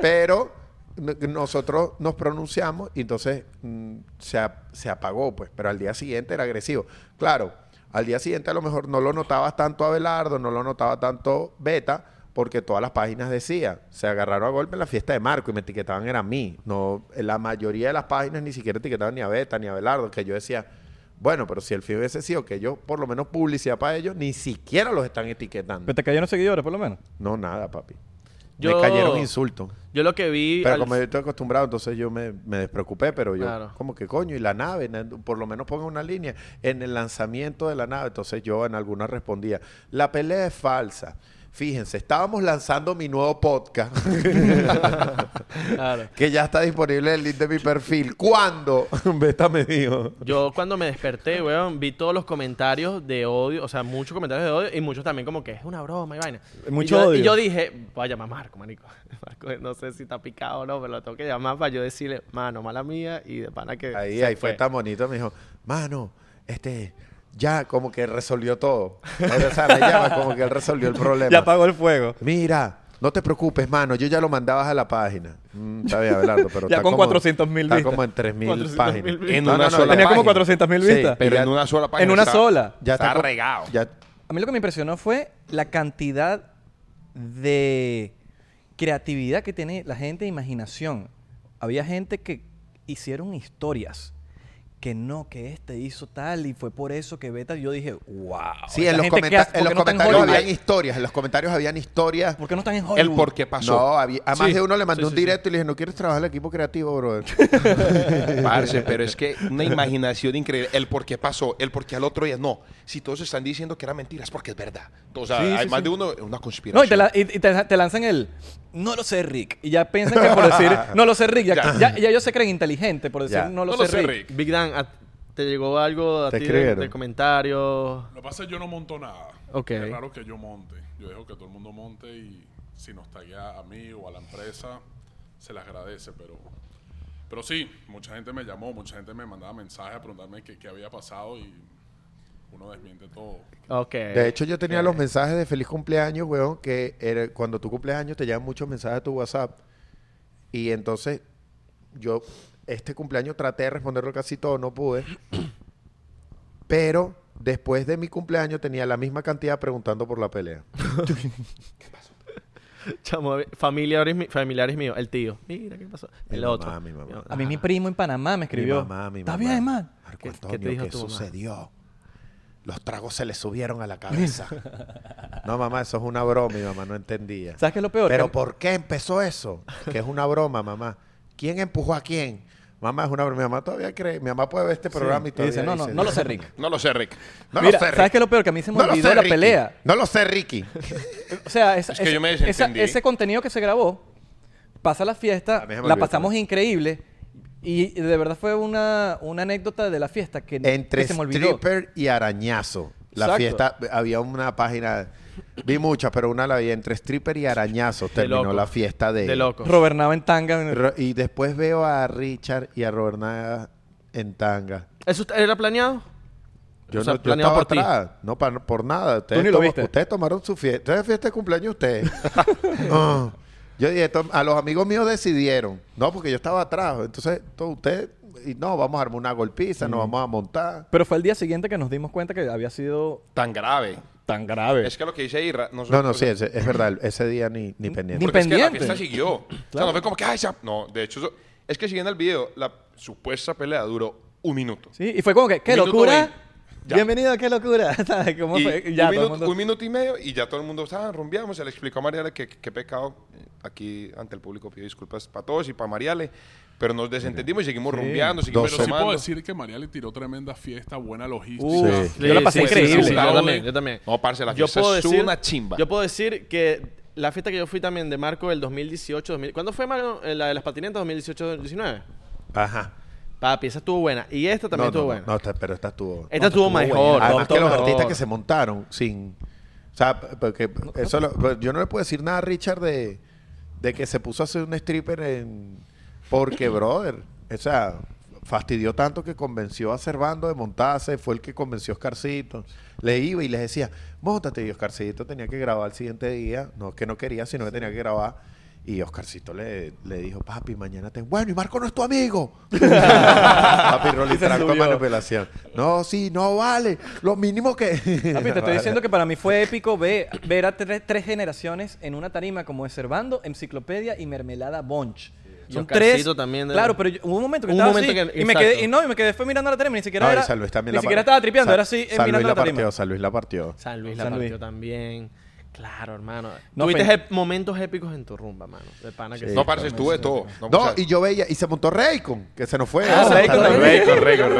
A: pero n- nosotros nos pronunciamos y entonces mm, se, ap- se apagó, pues. Pero al día siguiente era agresivo. Claro, al día siguiente a lo mejor no lo notabas tanto Abelardo, no lo notaba tanto Beta, porque todas las páginas decían, se agarraron a golpe en la fiesta de Marco y me etiquetaban era a mí. No, la mayoría de las páginas ni siquiera etiquetaban ni a Beta ni a Abelardo, que yo decía, bueno, pero si el fin hubiese sido que ellos, por lo menos publicidad para ellos, ni siquiera los están etiquetando.
B: Pero te cayeron seguidores, por lo menos.
A: No, nada, papi.
D: Yo-
A: Me cayeron insultos.
D: Yo lo que vi.
A: Pero
D: al-
A: como yo estoy acostumbrado, entonces yo me, me despreocupé, pero yo,
D: Claro.
A: como que coño, y la nave, na- por lo menos ponga una línea en el lanzamiento de la nave. Entonces yo en alguna respondía, la pelea es falsa. Fíjense, estábamos lanzando mi nuevo podcast,
D: Claro.
A: que ya está disponible en el link de mi perfil. ¿Cuándo? Beta me dijo.
D: Yo cuando me desperté, weón, vi todos los comentarios de odio, o sea, muchos comentarios de odio y muchos también como que es una broma y vaina.
B: Mucho
D: y yo,
B: odio.
D: Y yo dije, voy a llamar a Marco, marico. Marco, no sé si está picado o no, pero lo tengo que llamar para yo decirle, mano, mala mía y de pana que
A: Ahí,
D: se
A: ahí fue. tan bonito, me dijo, mano, este, ya como que resolvió todo. O sea, me llama como que él resolvió el problema.
B: Ya apagó el fuego.
A: Mira, no te preocupes, mano. Yo ya lo mandabas a la página. Mm, está bien, Abelardo, pero
B: Ya
A: está
B: con
A: como-
B: 400.000
A: está
B: vistas.
A: como en 3.000 páginas.
D: vistas.
C: En una sola
B: Tenía como
C: página.
B: 400.000
A: Sí,
B: vistas.
C: Pero
A: ya-
C: en una sola página.
B: en una
C: está-
B: sola.
A: Ya
C: está
A: con-
C: regado.
A: Ya,
B: A mí lo que me impresionó fue la cantidad de creatividad que tiene la gente, imaginación. Había gente que hicieron historias, que no, que este hizo tal y fue por eso que Beta. Yo dije, wow.
A: Sí,
B: esta
A: en los,
B: gente, ¿qué
A: comenta-
B: hace? ¿Por
A: en los
B: qué no está en
A: comentarios
B: Hollywood?
A: habían historias. En los comentarios habían historias.
B: ¿Por qué no están en Hollywood?
C: El por qué pasó.
A: No, había- a más
D: Sí,
A: de uno le mandé
D: sí,
A: un
D: sí, sí.
A: directo y le dije, no quieres trabajar en el equipo creativo, brother.
C: Parce, pero es que una imaginación increíble. El por qué pasó, el por qué al otro día no. Si todos están diciendo que era mentira, es porque es verdad. O sea,
D: Sí, sí,
C: hay más
D: sí.
C: de uno, es una
B: No,
C: conspiración.
B: y, te, la- y- y te- te lanzan el no lo sé, Rick. Y ya piensan que por decir no lo sé, Rick, ya,
C: Ya.
B: ya- ya ellos se creen inteligentes por decir
A: Ya.
B: no lo sé, Rick.
D: Big Dan, ¿a- ¿te llegó algo a
A: Te
D: ti de,
A: escribieron.
D: de comentarios?
E: Lo que pasa es que yo no monto nada.
D: Ok.
E: Es raro que yo monte. Yo dejo que todo el mundo monte y si nos taguea a mí o a la empresa, se les agradece. Pero, pero sí, mucha gente me llamó, mucha gente me mandaba mensajes a preguntarme qué, qué había pasado y uno desmiente todo.
D: Ok.
A: De hecho, yo tenía los mensajes de feliz cumpleaños, weón, que era- cuando tú cumpleaños te llegan muchos mensajes a tu WhatsApp. Y entonces, yo este cumpleaños traté de responderlo casi todo, no pude. Pero después de mi cumpleaños tenía la misma cantidad preguntando por la pelea.
D: Chamo, familiares, mi- familiares míos, el tío. Mira, ¿qué pasó?
A: Mi
D: El
A: mamá,
D: otro.
A: mi mamá.
B: A mí mi primo en Panamá me escribió.
A: Mi mamá, mi
B: ¿Está
A: mamá.
B: bien, hermano?
A: Marco
D: ¿Qué- qué te
A: Antonio, ¿qué,
D: dijo tu mamá?
A: sucedió? Los tragos se le subieron a la cabeza. no, mamá, eso es una broma. Mi mamá no entendía.
B: ¿Sabes qué es lo peor?
A: ¿Pero
B: Que-
A: por qué empezó eso? Que es una broma, mamá. ¿Quién empujó a quién? Mamá, es una broma. Mi mamá todavía cree. Mi mamá puede ver este programa y
B: y
A: todavía
B: dice, no, no, no lo sé, Rick.
C: No lo sé, Rick.
A: No
B: Mira,
A: lo sé,
B: ¿sabes
A: Ricky.
B: qué es lo peor? Que a mí se me
A: lo
B: olvidó
A: sé,
B: la
A: Ricky.
B: pelea.
A: No lo sé, Ricky.
B: O sea, esa-
C: Es que
B: esa-
C: yo me
B: esa-
C: desentendí.
B: ese contenido que se grabó, pasa la fiesta,
A: A mí se me
B: la
A: olvidó
B: pasamos increíble. Y de verdad fue una, una anécdota de la fiesta que,
A: Entre
B: que se me olvidó.
A: stripper y arañazo. La
B: Exacto.
A: fiesta, había una página, vi muchas, pero una la vi. Entre stripper y arañazo terminó
D: loco.
A: la fiesta de...
D: De loco.
B: Robert Nava en tanga. en el-
A: Ro- Y después veo a Richard y a Robert Nava en tanga.
D: ¿Eso era planeado?
A: Yo
D: O sea,
A: no, yo
D: planeado
A: estaba
D: por ti.
A: atrás. No, pa- por nada. Ustedes,
B: ni lo
A: toma-
B: viste.
A: ustedes tomaron su fiesta. Ustedes fiesta de cumpleaños ustedes. Ah. Yo dije, "Tom- a los amigos míos decidieron. No, porque yo estaba atrás. Entonces, to- ustedes, y no, vamos a armar una golpiza, nos vamos a montar.
B: Pero fue el día siguiente que nos dimos cuenta que había sido
C: Tan grave.
B: tan grave.
C: Es que lo que dice Irra.
A: No, no, sí, ese- es, verdad. Ese día ni, ni pendiente.
B: Ni
C: Porque es que la
B: pendiente.
C: fiesta siguió. O sea, no fue como que, ay, ya- No, de hecho, eso- es que siguiendo el video, la supuesta pelea duró un minuto.
B: Sí, y fue como que, ¡qué
C: Minuto
B: locura!
C: veinte. Ya.
B: Bienvenido a qué locura. ¿Sabes cómo
C: Y
B: fue?
C: un,
B: Ya, todo el
C: minuto,
B: mundo-
C: un minuto y medio y ya todo el mundo estaba rumbeamos. Se le explicó a Mariale que qué pecado. eh, Aquí ante el público pido disculpas para todos y para Mariale. Pero nos desentendimos y seguimos rumbeando, seguimos
A: Dos
E: Pero sí puedo
C: tomando.
E: decir que María le tiró tremenda fiesta, buena logística.
B: Uf,
A: Sí.
B: Yo la pasé
E: sí, sí,
B: increíble.
E: sí, sí.
D: yo también, yo también.
C: No, parce, la
D: yo
C: fiesta
D: puedo
C: es
D: decir,
C: una chimba.
D: Yo puedo decir que la fiesta que yo fui también de Marco del 2018, 2000, ¿cuándo fue Marco? Eh, La de las patinetas 2018-2019.
A: Ajá.
D: Papi, esa estuvo buena. Y esta
A: no,
D: también estuvo
A: no,
D: buena.
A: No, no, esta- pero esta estuvo.
D: esta estuvo mejor.
A: Además
D: estuvo
A: que los
D: mejor.
A: artistas que se montaron sin... O sea, p- porque eso lo- pero yo no le puedo decir nada a Richard de, de que se puso a hacer un stripper en... Porque, brother, o sea, fastidió tanto que convenció a Cervando de montarse, fue el que convenció a Oscarcito. Le iba y les decía, montate. Y Oscarcito tenía que grabar el siguiente día. No, que no quería, sino que tenía que grabar. Y Oscarcito le, le dijo, papi, mañana te... Bueno, y Marco no es tu amigo. papi, Rolly
B: Y se
A: Franco,
B: subió.
A: manipulación. No, sí, no vale. Lo mínimo que...
B: Papi, te estoy diciendo que para mí fue épico ver, ver a tres, tres generaciones en una tarima como Cervando, Enciclopedia y Mermelada Bunch. Son tres.
D: Oscarcito también de-
B: Claro, pero yo- hubo un momento que
D: Un
B: estaba
D: momento
B: así
D: que-
B: y me
D: exacto.
B: quedé y no, y me quedé fue mirando la tarima, ni siquiera
A: No,
B: era,
A: y San Luis también
B: ni
A: la
B: siquiera
A: par-
B: estaba tripeando,
A: Sa-
B: era así eh,
A: San Luis
B: mirando
A: la
B: la tarima.
A: partió, San Luis la partió.
D: San Luis la
B: San Luis.
D: partió también. Claro, hermano.
B: No
D: Tuviste
B: ofende.
D: ep- momentos épicos en tu rumba, mano. De pana que sí.
C: no, parce, estuve todo. No,
A: No,
C: parce,
A: y yo veía, y se montó Raycon, que se nos fue.
B: Ah,
A: Oh,
B: Raycon
A: Raycon.
B: también.
C: Raycon, Raycon,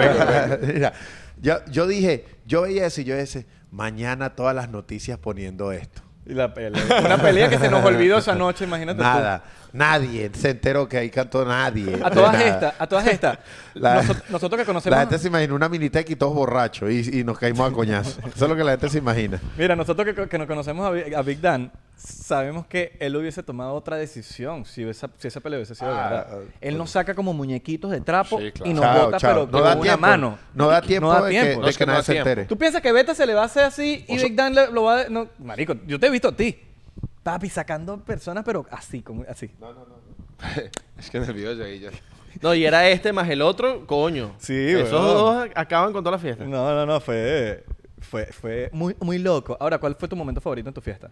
C: Raycon,
A: Mira, yo, yo dije, yo veía eso y yo decía, mañana todas las noticias poniendo esto.
B: Y la pelea. Una pelea que se nos olvidó esa noche, imagínate. tú.
A: Nada, nadie se enteró que ahí cantó nadie.
B: A todas
A: Nada.
B: estas, a todas estas.
A: La-
B: Noso- nosotros que conocemos.
A: La gente se imagina una minitech y todos borrachos y, y nos caímos a coñazo. Eso es lo que la gente se imagina.
B: Mira, nosotros que, que nos conocemos a, Bi- a Big Dan, sabemos que él hubiese tomado otra decisión si esa, si esa pelea hubiese sido de
A: Ah,
B: verdad.
A: ah,
B: él nos saca como muñequitos de trapo
C: Sí, claro.
B: y nos
A: Chao,
B: bota,
A: chao.
B: pero
A: No
B: con
A: da
B: una
A: tiempo.
B: mano.
A: No da tiempo
B: No da
A: de que-
B: tiempo.
A: de
C: No,
A: que,
C: es que no
A: nadie
C: da
A: se
C: tiempo.
A: entere.
B: ¿Tú piensas que Beta se le va a hacer así y Big Dan le- lo va a... No, marico, yo te he visto a ti. Papi, sacando personas, pero así, como así.
C: es que nervioso ahí ya.
D: No, y era este más el otro, coño.
B: Sí,
D: Esos
B: weón.
D: dos acaban con toda la fiesta.
B: No, no, no, fue... Fue, fue muy, muy loco. Ahora, ¿cuál fue tu momento favorito en tu fiesta?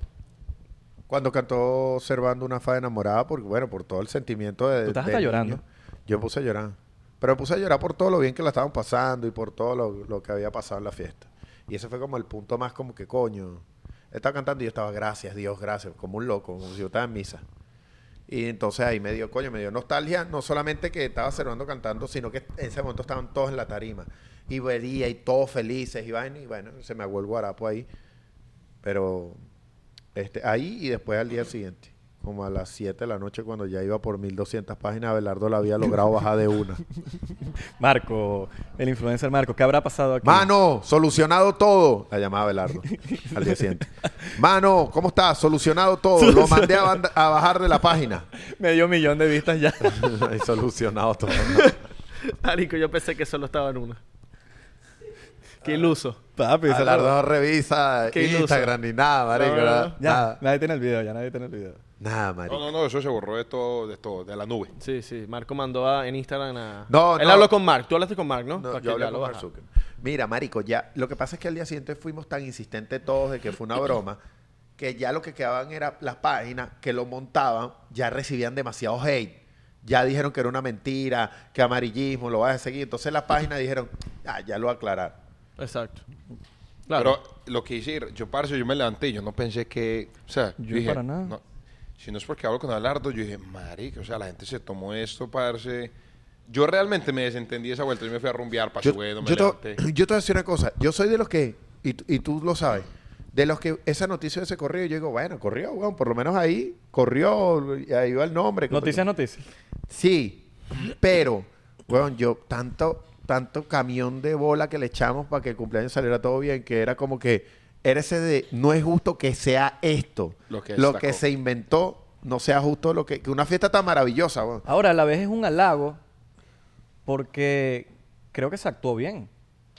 A: Cuando cantó Servando una fa enamorada, porque bueno, por todo el sentimiento de.
B: Tú estás
A: de
B: hasta
A: niño,
B: llorando.
A: Yo me puse a llorar. Pero me puse a llorar por todo lo bien que la estaban pasando y por todo lo, lo que había pasado en la fiesta. Y ese fue como el punto más como que coño. Estaba cantando y yo estaba, gracias, Dios, gracias, como un loco, como si yo estaba en misa. Y entonces ahí me dio, coño, me dio nostalgia, no solamente que estaba Servando cantando, sino que en ese momento estaban todos en la tarima. Y veía y todos felices, y vaina, y bueno, se me aguó el guarapo ahí. Pero este, ahí y después al día siguiente, como a las 7 de la noche, cuando ya iba por 1200 páginas, Belardo la había logrado bajar de una.
B: Marco, el influencer Marco, ¿qué habrá pasado aquí?
A: Mano, solucionado todo. La llamaba Belardo al día siguiente. Mano, ¿cómo estás? Solucionado todo. Lo mandé a, banda- a bajar de la página.
B: Medio millón de vistas ya.
A: Y solucionado todo.
D: Marico, yo pensé que solo estaba en una. Qué iluso.
B: Papi, se
A: Belardo
B: la
A: no revisa
D: Qué iluso.
A: Instagram ni nada, marico.
D: No, no,
A: nada.
B: Ya,
A: Nada,
B: nadie tiene el video, ya nadie tiene el video.
A: nada,
C: No,
A: marico.
C: no, no, eso se borró de todo, de todo, de la nube.
D: Sí, sí. Marco mandó a- en Instagram a.
A: No,
D: Él
A: no.
D: habló con Mark. Tú hablaste con Mark, ¿no?
A: No,
D: Para que
A: yo hablé
D: ya lo
A: con Mark
D: baja.
A: Zuckerberg. Mira, marico, ya lo que pasa es que al día siguiente fuimos tan insistentes todos de que fue una broma que ya lo que quedaban era las páginas que lo montaban, ya recibían demasiado hate. Ya dijeron que era una mentira, que amarillismo, lo vas a seguir. Entonces las páginas dijeron, ah, ya lo aclararon.
D: Exacto. Claro.
C: Pero lo que hice, yo parce, yo me levanté y yo no pensé que, o sea,
B: Yo
C: dije,
B: para nada.
C: no, si no es porque hablo con Alardo, yo dije, marica, o sea, la gente se tomó esto, parce. Yo realmente me desentendí esa vuelta, yo me fui a rumbear, pasé
A: Yo,
C: bueno, me
A: yo te,
C: levanté.
A: yo te voy a decir una cosa. Yo soy de los que, y, tú- y tú lo sabes, de los que esa noticia de ese corrido, yo digo, bueno, corrió, weón, por lo menos ahí, corrió, y ahí va el nombre.
B: Noticias, noticias.
A: Sí, pero, weón, yo tanto, tanto camión de bola que le echamos para que el cumpleaños saliera todo bien, que era como que era ese de no es justo que sea esto.
C: Lo que
A: lo
C: destacó.
A: que se inventó no sea justo lo que, que una fiesta tan maravillosa, weón.
B: Ahora, a la vez es un halago porque creo que se actuó bien.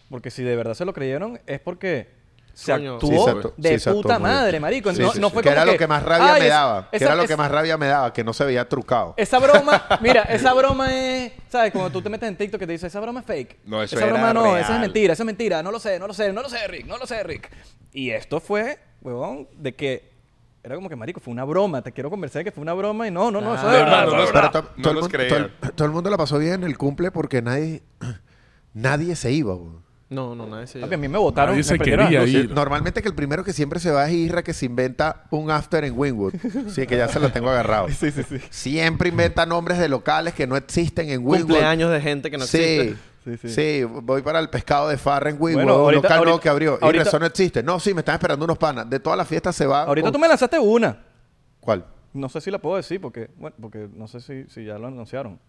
B: Porque si de verdad se lo creyeron es porque se
D: Coño.
B: actuó
A: Sí, se actuó-
B: de
A: sí, se actuó
B: puta
A: muy bien.
B: madre, marico.
A: Sí,
B: no,
A: sí,
B: no
A: sí.
B: fue
A: que
B: como
A: era lo que más rabia
B: "Ay,
A: me
B: esa-
A: daba. que
B: esa-
A: era lo que
B: esa-
A: más rabia me daba, que no se veía trucado.
B: Esa broma, mira, esa broma es, ¿sabes? Cuando tú te metes en TikTok que te dice, esa broma es fake.
C: No, eso
B: esa
C: era
B: broma no, esa es
C: real.
B: mentira, esa es mentira, no lo sé, no lo sé, no lo sé, Rick, no lo sé, Rick. Y esto fue, huevón, de que era como que, marico, fue una broma, te quiero convencer de que fue una broma y no, no, no, eso es
E: Ah,
C: de
B: verdad,
C: verdad,
B: eso es
C: no,
B: verdad.
A: Pero to-
C: no los
A: todo el mundo-
C: creía.
A: todo el- Todo el mundo la pasó bien en el cumple porque nadie, nadie se iba, weón.
D: No, no, nadie se
A: Ah,
B: Papi, a mí me votaron.
E: Nadie
B: me
E: se
B: prendieron
E: quería
B: las luces.
E: ir.
A: Normalmente que el primero que siempre se va es Isra que se inventa un after en Winwood. Sí, que ya se lo tengo agarrado.
B: Sí, sí, sí.
A: Siempre inventa nombres de locales que no existen en Winwood.
D: Cumpleaños de gente que no
A: sí.
D: existe.
A: Sí,
B: Sí, sí.
A: voy para el pescado de Farra en Winwood,
B: Bueno,
A: un
B: ahorita-
A: local nuevo
B: ahorita-
A: que abrió. Isra,
B: ahorita-
A: eso no existe. No, sí, me están esperando unos panas. De todas las fiestas se va.
B: Ahorita
A: con-
B: tú me lanzaste una.
A: ¿Cuál?
B: No sé si la puedo decir porque, bueno, porque no sé si, si ya lo anunciaron.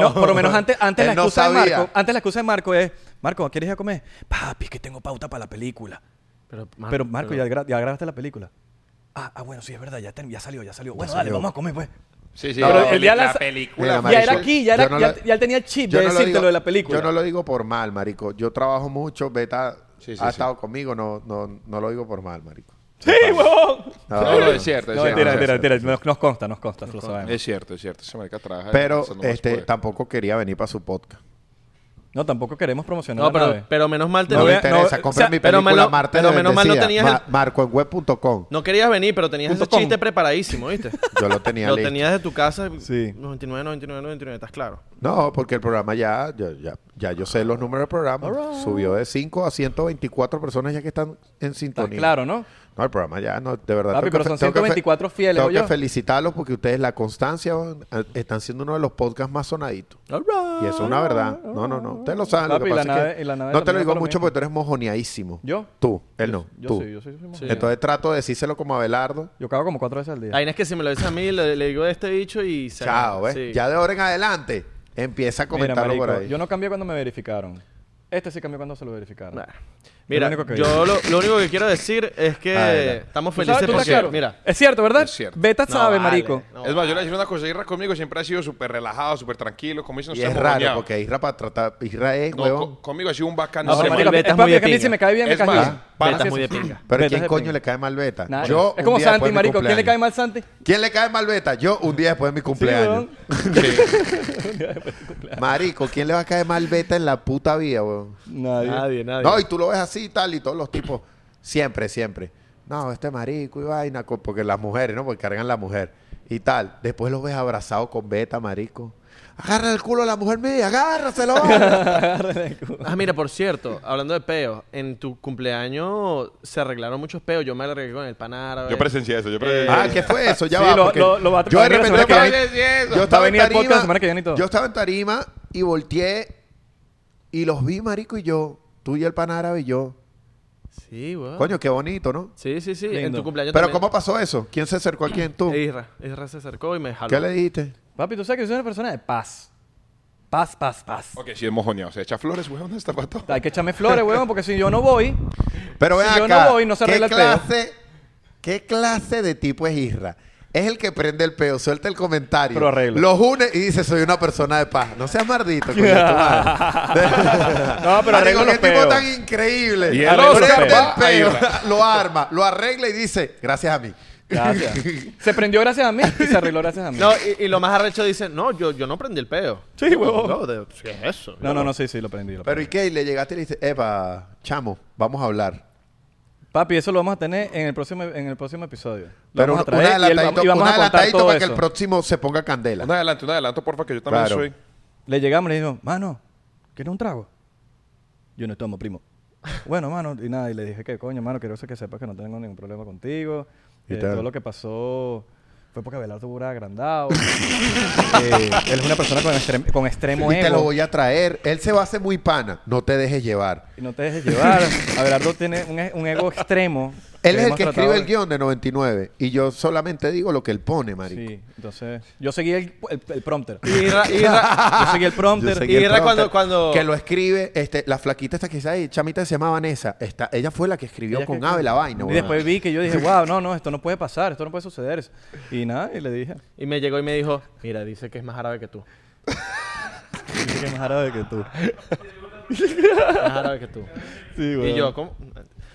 B: No, por lo menos antes, antes
A: Él
B: la
A: no
B: excusa de
A: sabía.
B: Marco, antes la excusa de Marco es, Marco, ¿quieres ir a comer? Papi, que tengo pauta para la película.
D: Pero,
B: pero Marco, Ya, gra- ya grabaste la película. Ah, ah, bueno, sí, es verdad, ya, term- ya salió, ya salió. Bueno, dale,
A: salió.
B: vamos a comer, pues.
C: Sí, sí,
A: No,
C: la,
A: pero
B: el
C: peli-
B: día
C: la
B: las-
C: película.
A: Mira,
B: Ya
A: marico,
B: era aquí, ya, era-
A: yo no
B: ya-
A: lo-
B: ya él tenía el chip
A: yo
B: de
A: no lo
B: decirte
A: digo-
B: lo de la película.
A: Yo no lo digo por mal, marico. Yo trabajo mucho, Beta
C: Sí, sí,
A: ha
C: sí.
A: estado conmigo, no, no, no lo digo por mal, marico.
B: ¡Sí, huevón!
A: No,
C: No, no, es cierto, es
B: No, mentira,
C: cierto. es
B: mentira,
C: cierto.
B: mentira. Nos, nos consta, nos consta, lo sabemos.
C: Es cierto, es cierto. Esa marica trabaja.
A: Pero
C: eso no más
A: este,
C: puede.
A: tampoco quería venir para su podcast.
B: No, tampoco queremos promocionar
D: No,
B: la
D: pero,
B: nave.
D: pero menos mal te
A: No,
B: No
A: me
B: vea-
D: no,
A: interesa.
B: no,
A: Compré
B: o sea,
A: mi
D: pero
A: película
D: menos-
A: Marte
D: pero
A: de
D: menos mal no
A: Bendecida.
D: tenías el-
A: marcoenweb.com.
D: no querías venir, pero tenías
B: Punto
D: ese
B: com.
D: chiste preparadísimo, ¿viste?
A: Yo lo tenía
D: Lo
A: listo.
D: tenías de tu casa.
B: Sí.
D: 99, 99, 99, estás claro.
A: No, porque el programa ya, ya, ya, ya yo sé los números del programa. Subió de 5 a 124 personas ya que están en
B: Está
A: sintonía.
B: claro, ¿no?
A: No, el programa ya, no, de verdad. tengo que
B: Papi, pero
A: fe-
B: son
A: tengo que fe-
B: 124 fieles,
A: Tengo que
B: ¿oyó?
A: felicitarlos porque ustedes, la constancia, van, a- están siendo uno de los podcasts más sonaditos. Y eso es una verdad. No, no, no. Ustedes lo saben. lo
B: Papi,
A: que
B: la
A: pasa es que
B: nave- y la nave
A: no te lo
B: también
A: digo
B: para
A: mucho
B: mí.
A: porque tú eres mojoneadísimo.
B: ¿Yo?
A: Tú. Él no.
B: Yo
A: tú.
B: sí, yo sí, yo soy mojón.
D: Sí.
A: Entonces trato de decírselo como a Abelardo.
B: Yo cago como cuatro veces al día.
D: La vaina es que si me lo dices a mí, le, le digo de este bicho y se.
A: Chao, ¿ves?
D: sí.
A: Ya de ahora en adelante, empieza a
B: Mira,
A: comentarlo por
B: marico,
A: ahí.
B: yo no cambié cuando me verificaron. Este sí cambió cuando se lo verificaron.
D: Nah. Mira,
B: único que
D: yo lo, lo único que quiero decir es que
A: Ah, era.
D: estamos
B: ¿Tú sabes?
D: felices
B: Pues, ¿Tú
D: porque,
B: estás claro?
D: mira,
B: Es cierto, ¿verdad?
C: Es cierto.
B: Beta
D: No,
B: sabe,
D: vale,
B: marico.
D: no.
C: es más, yo le voy a decir una cosa. Isra conmigo siempre ha sido súper relajado, súper tranquilo. Como dicen
A: Y
C: ustedes,
A: es raro,
C: mojoneado.
A: porque Isra para tratar... Isra es,
C: No,
A: huevón.
C: co- conmigo ha sido un bacán.
D: No, pero
B: pero
D: marico,
B: marico,
D: Beta
B: es
D: es muy
B: papi,
D: de
B: es que a mí
D: pinga.
B: si me cae bien, me
C: Es
B: cae
C: más,
B: bien.
C: Beta
B: Así
D: es muy de
B: así.
D: pinga.
A: Pero
B: Beta es
A: ¿quién
B: de
A: coño
B: pinga.
A: le cae mal Beta?
B: Nadie.
A: Yo
B: es como
A: un día después
B: Santi,
A: de mi
B: marico. ¿Quién le
A: cumpleaños.
B: cae mal Santi?
A: ¿Quién le cae mal Beta? Yo un día después de mi cumpleaños.
B: weón.
A: Marico, ¿quién le va a caer mal Beta en la puta vida, huevón?
B: Nadie.
D: nadie, nadie.
A: No, y tú lo ves así y tal, y todos los tipos, siempre, siempre. No, este marico y vaina, co- porque las mujeres, ¿no? Porque cargan la mujer y tal. Después los ves abrazado con beta, marico. agarra el culo a la mujer mía, agárraselo. vale".
D: Ah, mira, por cierto, hablando de peos, en tu cumpleaños se arreglaron muchos peos. Yo me arreglé con el pan árabe.
C: Yo presencié
B: Eh.
C: eso, yo presencié
A: ah,
C: eso.
A: ¿qué fue eso? Ya
B: Sí,
A: va.
B: lo-
A: porque
B: lo- lo va a
A: yo de
B: traer la
A: repente
B: semana que
A: estaba,
B: viene.
A: yo
B: Va a
A: estaba en
B: venir el podcast la
A: tarima-
B: semana que viene y todo.
A: Yo estaba en tarima y volteé y los vi, marico, y yo, tú y el pan árabe y yo.
D: Sí,
B: Ah.
D: güey.
A: Coño, qué bonito, ¿no?
D: Sí, sí, sí. En
B: Lindo.
D: tu cumpleaños
A: Pero ¿cómo pasó eso? ¿Quién se acercó a quién? ¿Tú?
D: Isra. Isra se acercó y me jaló.
A: ¿Qué le dijiste?
B: Papi, tú sabes que yo soy una persona de paz. Paz, paz, paz.
C: Ok, sí, es mojoneado. Se echa flores, weón, ¿dónde está pato?
B: Hay que echarme flores, huevón, porque si yo no voy,
A: Pero
B: Si
A: ven
B: yo
A: acá,
B: no voy, no se
A: ¿qué,
B: arregla el peo.
A: clase, ¿qué clase de tipo es Isra? Es el que prende el peo, suelta el comentario,
B: Pero arregla.
A: los une y dice, soy una persona de paz. No seas mardito, coño, tu madre.
B: No, pero arregla
A: Marico,
B: los
A: qué tipo
B: peos.
A: tan increíble.
C: Y él
A: Prende
B: arregla los
A: el
B: peos.
A: peo,
C: Ahí
A: lo arma, lo arregla y dice, gracias a mí.
B: gracias. se prendió gracias a mí y se arregló gracias a mí.
D: No, y, y lo más arrecho dice, no, yo, yo no prendí el peo.
B: Sí, huevón.
D: No, de- ¿qué es eso?
B: No, no, no, sí, sí, lo prendí. lo
A: Pero ¿y qué? Y le llegaste y le dice, epa, chamo, vamos a hablar.
B: prendí. Papi, eso lo vamos a tener en el próximo, en el próximo episodio. Lo
A: Pero
B: vamos a
A: un
B: traer y él va-
A: adelantadito,
B: y vamos
A: un
B: a contar
A: adelantadito
B: todo
A: para que el
B: eso.
A: próximo se ponga candela.
C: Un adelanto, un adelanto, porfa, que yo también
A: Claro.
C: soy.
B: Le llegamos y le dijimos, mano, ¿quieres un trago? Yo no tomo, primo. bueno, mano, y nada, y le dije que coño, mano, quiero que sepas que no tengo ningún problema contigo.
A: ¿Y
B: Eh,
A: tal?
B: todo lo que pasó fue porque Abelardo Bura agrandado. Eh, él es una persona con, extrem- con extremo
A: Y te
B: ego.
A: lo voy a traer. Él se va a hacer muy pana. No te dejes llevar.
B: Y no te dejes llevar. Abelardo tiene un, e- un ego extremo.
A: Él es el
B: hemos
A: que
B: tratado
A: escribe el
B: de-
A: guión de 99. Y yo solamente digo lo que él pone, marico.
B: Sí, entonces yo seguí el, el- el prompter.
D: Isra, Isra,
B: Yo seguí el
A: Yo
B: prompter.
A: sé
D: y
A: que él
D: era
A: pronto-
D: cuando- cuando-
A: Que lo escribe, este, la flaquita esta que está ahí, chamita que se llama Vanessa, está, ella fue la que escribió
B: Ella
A: con
B: que-
A: Ave la vaina.
B: Y
A: weón.
B: después vi que yo dije, wow, no, no, esto no puede pasar, esto no puede suceder. Y nada, y le dije,
D: y me llegó y me dijo, mira, dice que es más árabe que tú.
B: dice que es más árabe que tú.
D: Más árabe que tú.
B: Sí,
D: y yo, ¿cómo?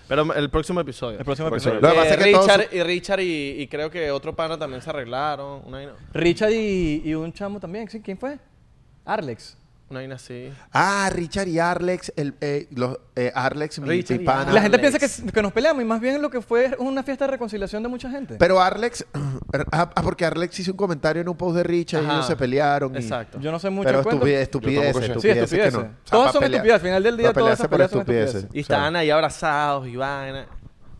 D: Pero el próximo episodio.
B: El próximo
A: Próximo.
B: episodio.
A: Lo que pasa
D: Eh,
A: es que todos-
D: Richard, y Richard y, y creo que otro pana también se arreglaron. Una vaina,
B: Richard y, y un chamo también, ¿sí? ¿quién fue? Arlex.
D: una vaina así.
A: Ah, Richard y Arlex, el, eh, los, eh, Arlex, mi-
D: Richard
A: mi
D: y
A: pana.
B: La gente
D: Arlex.
B: piensa que, que nos peleamos y más bien lo que fue es una fiesta de reconciliación de mucha gente.
A: Pero Arlex, ah, ah, porque Arlex hizo un comentario en un post de Richard y
D: Ajá.
A: ellos se pelearon. y-
D: Exacto.
B: yo no sé mucho
A: Pero
B: del cuento.
A: estupidez,
C: Yo
A: estupidez,
C: tampoco sé.
B: Sí,
A: estupidez,
B: estupideces.
A: que no. O sea,
B: Todos
A: pa'
B: son
A: pelear-
B: estupideces. Al final del día
A: pa'
B: todas
A: pelearse
B: esas
A: por
B: peleas son
A: estupideces.
B: estupideces.
D: Y
A: O sea,
D: estaban ahí abrazados y vaina.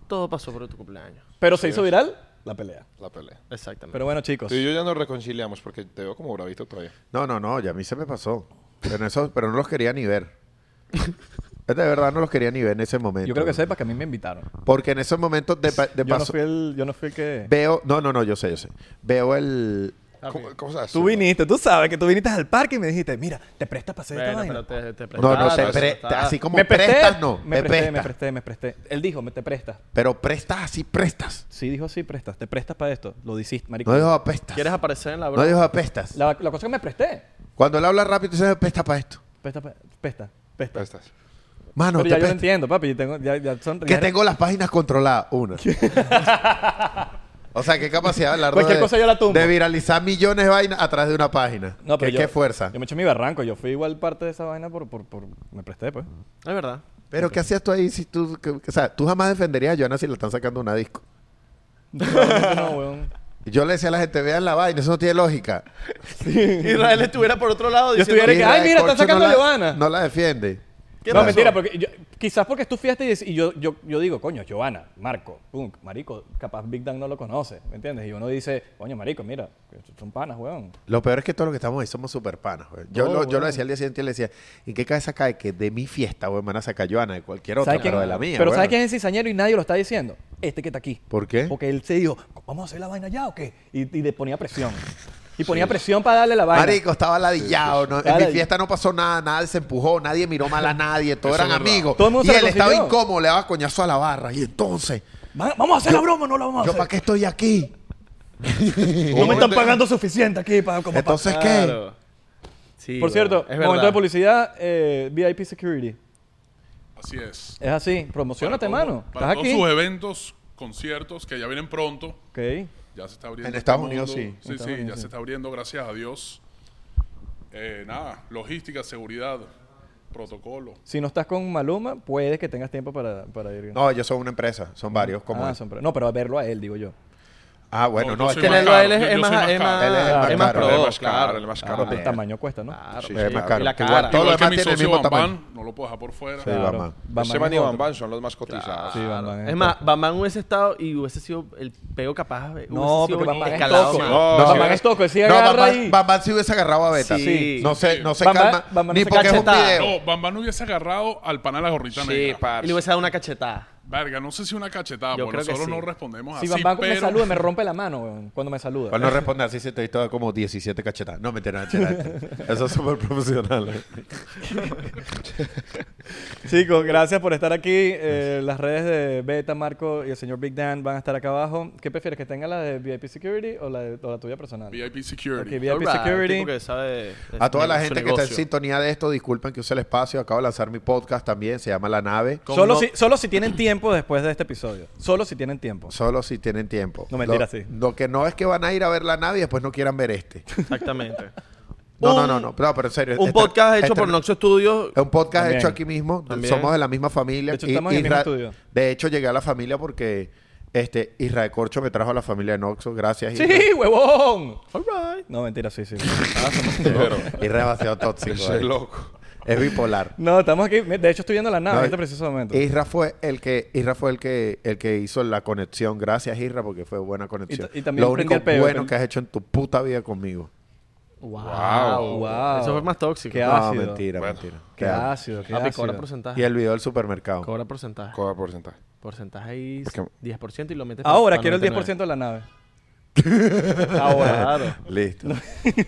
D: Todo pasó por tu cumpleaños.
B: Pero se hizo viral la pelea.
C: La pelea.
D: Exactamente.
B: Pero bueno, chicos.
C: Tú y yo ya nos reconciliamos porque te veo como bravito todavía.
A: No, no, no, ya a mí se me pasó. Pero, eso, pero no los quería ni ver. Es De verdad no los quería ni ver en ese momento.
B: Yo creo que sepas que a mí me invitaron.
A: Porque en esos momentos de, pa- de
B: Yo no
A: paso
B: fui el, yo no fui el que...
A: veo... No, no, no, yo sé, yo sé. Veo el...
C: ¿Cómo, cómo sabes?
B: Ah, Tú viniste, tú sabes que tú viniste al parque y me dijiste, mira, te prestas para hacer esta
D: Bueno,
B: vaina.
D: pero te, te
A: No, no,
D: prestaron,
A: te
C: eso
A: pre-
D: prestaron.
A: así como
B: me presté,
A: prestas, no.
B: me
A: te
B: presté,
A: prestas.
B: me presté, me presté. Él dijo, me te prestas.
A: Pero prestas así, prestas.
B: Sí, dijo, sí, prestas, te prestas para esto. Lo hiciste, marico.
A: No dijo apestas.
D: ¿Quieres aparecer en la
A: No
D: broma?
A: dijo apestas.
B: la, la cosa que me presté.
A: Cuando él habla rápido, dice apesta para esto.
B: Pesta, pe- pesta, pesta.
C: Ahí estás.
A: Mano,
B: Pero
A: te
B: ya yo lo
A: apesta.
B: entiendo, papi. yo tengo- ya, ya son,
A: Que
B: ya-
A: tengo las páginas controladas. Una. o sea, qué capacidad de hablar
B: Cualquier
A: de,
B: cosa yo la tumbo.
A: de viralizar millones de vainas a través de una página.
B: No, pero
A: qué,
B: yo-
A: qué fuerza.
B: Yo me eché mi barranco. Yo fui igual parte de esa vaina por... por, por me presté, pues.
D: Es verdad.
A: Pero ¿qué hacías tú ahí si tú... que- que- o sea, tú jamás defenderías a Joana si le están sacando una disco.
B: No, no, no, weón.
A: Yo le decía a la gente, vean la vaina, eso no tiene lógica.
D: Israel estuviera por otro lado
B: Yo
D: diciendo...
B: estuviera- Pero
A: Y
B: que, ay,
A: la
B: mira, están
A: Corcho
B: sacando
A: no la-
B: a Giovanna.
A: No la defiende.
D: ¿Qué
B: no,
D: pasó?
B: mentira, porque yo- quizás porque es tu fiesta y, dec- y yo, yo, yo digo, coño, Giovanna, Marco, Punk, Marico, capaz Big Dan no lo conoce, ¿me entiendes? Y uno dice, coño, Marico, mira, son panas, weón.
A: Lo peor es que todos los que estamos ahí somos super panas, güey. Yo,
B: No,
A: lo, yo
B: güey.
A: lo decía al día siguiente y le decía, ¿y qué cabeza cae que de mi fiesta, güey, me van a sacar Joana de cualquier otra,
B: ¿Sabes
A: pero
B: quién-
A: de la mía,
B: pero
A: güey?
B: ¿sabes quién es el cizañero y nadie lo está diciendo? Este que está aquí.
A: ¿Por qué?
B: Porque él se dijo, ¿vamos a hacer la vaina ya o qué? Y, y le ponía presión. Y ponía presión para darle la vaina.
A: Marico, estaba ladillado. ¿no? En mi
B: Ladillado.
A: fiesta no pasó nada, nadie se empujó, nadie miró mal a nadie, todos
C: Eso
A: eran
C: es verdad.
A: amigos.
B: Todo el mundo
A: y
B: se
A: él estaba
B: reconcilió.
A: incómodo, le daba coñazo a la barra. Y entonces,
B: Va- ¿Vamos a hacer la broma o no la vamos a
A: ¿yo
B: hacer?
A: para qué estoy aquí?
B: No me están pagando suficiente aquí para... como para-
A: Entonces, ¿qué?
D: Claro. Sí,
B: Por
D: bueno,
B: cierto,
D: es
B: momento
D: verdad.
B: de publicidad, eh, VIP Security.
E: Así es.
B: Es así, promocionate,
E: Para todo-
B: mano.
E: Para
B: Estás
E: todos
B: aquí.
E: sus eventos, conciertos que ya vienen pronto.
B: Ok.
E: Ya se está abriendo.
A: En
E: este
A: Estados
E: mundo.
A: Unidos, sí. En
E: Sí,
B: Estados
E: sí,
B: Unidos,
E: ya
B: sí.
E: se está abriendo, gracias a Dios. Eh, nada, logística, seguridad, protocolo.
B: Si no estás con Maluma, puedes que tengas tiempo para, para ir.
A: No, ellos son una empresa, son varios. como
B: Ah,
A: él.
B: son- pero- no, pero a verlo a él, digo yo.
A: Ah, bueno, no,
E: yo
A: es
E: soy
A: que
E: más
A: él-
E: caro,
D: él es-
E: yo-
D: es
E: yo soy
D: más- es
E: caro.
D: más-
A: Él es el
D: es
A: más
D: más
A: caro,
D: pro,
C: el más caro,
D: claro.
C: el más
B: Claro,
C: caro.
B: pero Ah, el tamaño cuesta, ¿no?
D: Claro,
A: Sí, es más
D: y
A: caro.
D: la
A: Igual todo-
D: cara.
A: lo
E: Igual que
A: demás tiene
E: mi
A: el
E: socio
A: mismo
E: Van
A: tamaño.
E: Van, no lo puedo dejar por fuera.
A: Sí,
E: Claro.
A: Van Van.
B: Van Van
C: Esteban y
B: es
C: Van
B: otro.
C: Van son los más cotizados.
B: Sí, Van Van
D: Es más, Batman hubiese estado y hubiese sido el peo capaz. hubiese
B: No,
D: sido
B: porque este Van Van es
D: escalado
B: toco.
D: más.
C: No,
B: Van
C: sí,
B: Van
C: es-
B: es toco, él este sí
A: No, Van
B: agarra
A: Van-
B: y...
A: Van Van se hubiese agarrado a Beta.
D: Sí.
A: No se, no se
B: Van Van-
A: calma.
B: Van Van
A: ni
B: se
A: porque es un
D: cachetada.
A: video.
E: No, Bambán no hubiese agarrado al pana de la gorrita
C: Sí,
E: negra.
D: Y
C: parce.
D: le hubiese dado una cachetada.
E: Verga, no sé si una cachetada,
D: Yo
E: porque
D: creo que
E: nosotros
D: sí.
E: no respondemos
B: Si
E: así,
B: Van Van
E: pero...
B: me saluda, me rompe la mano weón, cuando me saluda.
A: Para no responder así, se te visto como 17 cachetadas. No, mentira, mentira. Eso es súper profesional. ¿eh?
B: Chicos, gracias por estar aquí. Eh, las redes de Beta, Marco y el señor Big Dan van a estar acá abajo. ¿Qué prefieres, que tenga la de VIP Security o la, de- o la tuya personal?
E: VIP Security.
B: Ok, VIP
D: Alright,
B: Security.
D: tipo que sabe de-
A: A toda
D: de
A: la
D: su
A: gente que está en
D: Este negocio.
A: sintonía de esto, disculpen que use el espacio. Acabo de lanzar mi podcast también, se llama La Nave.
D: Con
B: Solo,
D: no-
B: si, solo si tienen tiempo después de este episodio. Solo si tienen tiempo.
A: Solo si tienen tiempo.
B: No,
A: Lo-
B: mentira, sí.
A: Lo que no es que van a ir a ver La Nave y después no quieran ver este.
D: Exactamente.
A: No, no, no,
D: Un-
A: no, no, pero en serio.
D: Un
A: este-
D: podcast hecho
A: este-
D: por Noxo Studios.
A: Es un podcast
B: También.
A: hecho aquí mismo.
D: También.
A: Somos de la misma familia.
B: De hecho, estamos en el mismo
A: Isra-
B: estudio.
A: De hecho, llegué a la familia porque este Israel Corcho me trajo a la familia de Noxo. Gracias,
B: ¡Sí,
A: Israel.
B: huevón!
D: Alright.
B: No, mentira, sí, sí.
C: Pero,
A: Israel es demasiado tóxico.
C: ese
A: eh.
C: loco.
A: Es bipolar.
B: No, estamos aquí. De hecho, estoy viendo la nave
A: No,
B: en este preciso momento. Y,
A: Isra fue el que Isra fue el que el que hizo la conexión. Gracias, Isra, porque fue buena conexión.
B: Y ta- y también
A: Lo único
B: prendí el peo,
A: bueno
B: prendí-
A: que has hecho en tu puta vida conmigo.
D: Wow.
B: Wow.
D: Eso fue más tóxico.
B: Qué
A: No,
B: ácido.
A: mentira,
C: Bueno.
A: mentira.
B: Qué
A: Te amo.
B: ácido, qué
D: Papi, cobra
B: ácido.
D: porcentaje.
A: Y el video del supermercado.
D: Cobra porcentaje.
C: Coda porcentaje.
D: porcentaje ahí
C: Porque-
D: 10% y lo metes
B: Ahora
D: pa- pa
B: quiero el 10% de
D: 99.
B: la nave. Ah,
D: Ahora. claro.
A: Listo.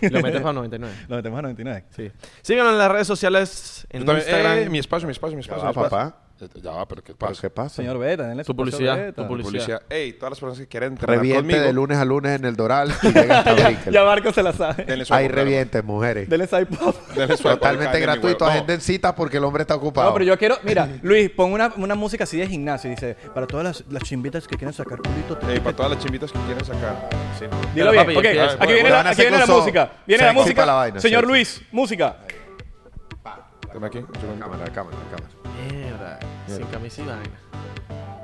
D: Y lo metes para 99.
B: Lo metemos a 99.
D: Sí. Síganos en las redes sociales, en
C: Yo también-
D: Instagram.
C: eh, mi espacio, mi espacio, mi
A: Ya
C: espacio.
A: va,
C: mi espacio.
A: papá.
C: Eh, Ya va, pero ¿qué
A: ¿Pero
C: pasa?
A: qué pasa?
B: Señor Beta, denle espacio
D: Tu
B: a
D: publicidad,
B: Beta.
D: tu publicidad.
C: Policía. Ey, todas las personas que quieren entrenar
A: Reviente
C: conmigo.
A: de lunes a lunes en el Doral y llega hasta Brickell.
B: Ya Marco se la sabe.
C: denle su
A: Hay
C: aportar.
A: revientes, mujeres.
B: Denle side pop.
C: Denle su aportar,
A: Totalmente
C: cállate, mi
A: gratuito.
C: huevo.
A: Agenden citas porque el hombre está ocupado.
B: No, pero yo quiero, mira, Luis, pon una, una música así de gimnasio. y Dice, para todas las, las chimbitas que quieren sacar culito.
C: No, ey, para todas las chimbitas que quieren sacar. Sí.
B: Dilo
D: Pero,
B: bien,
D: papi,
B: ok.
D: empieza.
B: aquí
C: Bueno,
B: viene, la,
A: van a
B: aquí
A: hacer
B: viene la
A: coso.
B: música. Viene
A: Se
B: la
A: ocupa
B: música.
A: la vaina,
B: Señor
A: sí, sí.
B: Luis, música.
C: Dame aquí. un segundo.
A: Cámara, cámara, cámara.
D: Mierda. Sin camisa y vaina.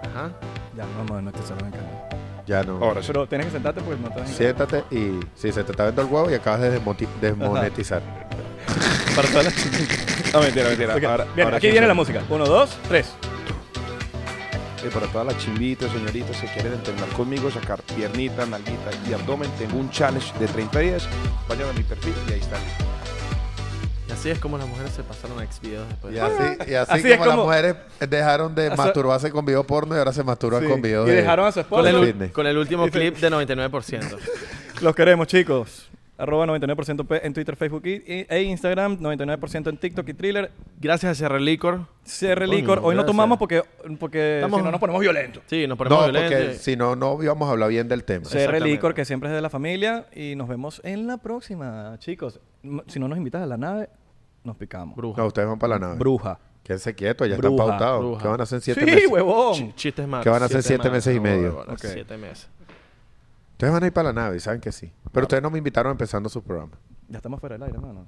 D: Ajá.
B: Ya, vamos, no te salgo en cámara.
A: Ya no.
C: Ahora sí.
B: Pero tienes que sentarte porque no te vas a
A: Siéntate y si se te está viendo el huevo y acabas de desmoti- desmonetizar.
B: Para todas las chimbitas.
C: No, mentira, mentira.
B: Ok,
C: Ahora-
B: Bien,
C: ahora
B: aquí
C: sí,
B: viene
C: sí.
B: la música. Uno, dos, tres.
C: Y para todas las chimbitas, señoritas que quieren entrenar conmigo, sacar piernita, nalguita y abdomen, tengo un challenge de 30 días. Vayan a mi perfil y ahí está.
D: Y así es como las mujeres se pasaron a Xvideos después.
A: Y así, y así,
B: pues. Así es
A: como, las
B: como-
A: mujeres dejaron de
B: sea-
A: masturbarse con video porno y ahora se masturban
B: Sí,
A: con videos
B: y
A: de-
B: dejaron a su esposa.
D: Con el,
A: Fitness.
D: ul- con el último clip de 99%.
B: Los queremos, chicos. Arroba 99% P en Twitter, Facebook y- y- e Instagram. 99% en TikTok y Thriller.
D: Gracias a Sierra Licor.
B: CR
D: Coño,
B: Licor. Hoy no
D: gracias.
B: tomamos porque, porque
D: Estamos-
B: si no nos ponemos violentos.
D: Sí, nos
A: No,
D: ponemos
A: porque
D: violentos.
A: si no, no íbamos a hablar bien del tema.
B: CR
D: Exactamente.
B: Licor, que siempre es de la familia. Y nos vemos en la próxima, chicos. M- Si no nos invitas a la nave, nos picamos.
D: Bruja.
A: No, ustedes van para la nave.
B: Bruja.
A: Quédense quietos, ya
B: Bruja,
A: están pautados.
D: bruja.
A: ¿Qué van a hacer en siete
B: sí,
A: meses?
B: huevón.
D: Ch- chistes más.
A: Que van a ser siete meses y
D: no,
A: medio.
D: huevona,
B: Ok.
D: Siete meses.
A: Ustedes van a ir para la nave, y saben que sí. Pero ustedes no me invitaron empezando su programa.
B: Ya estamos fuera del aire, hermano.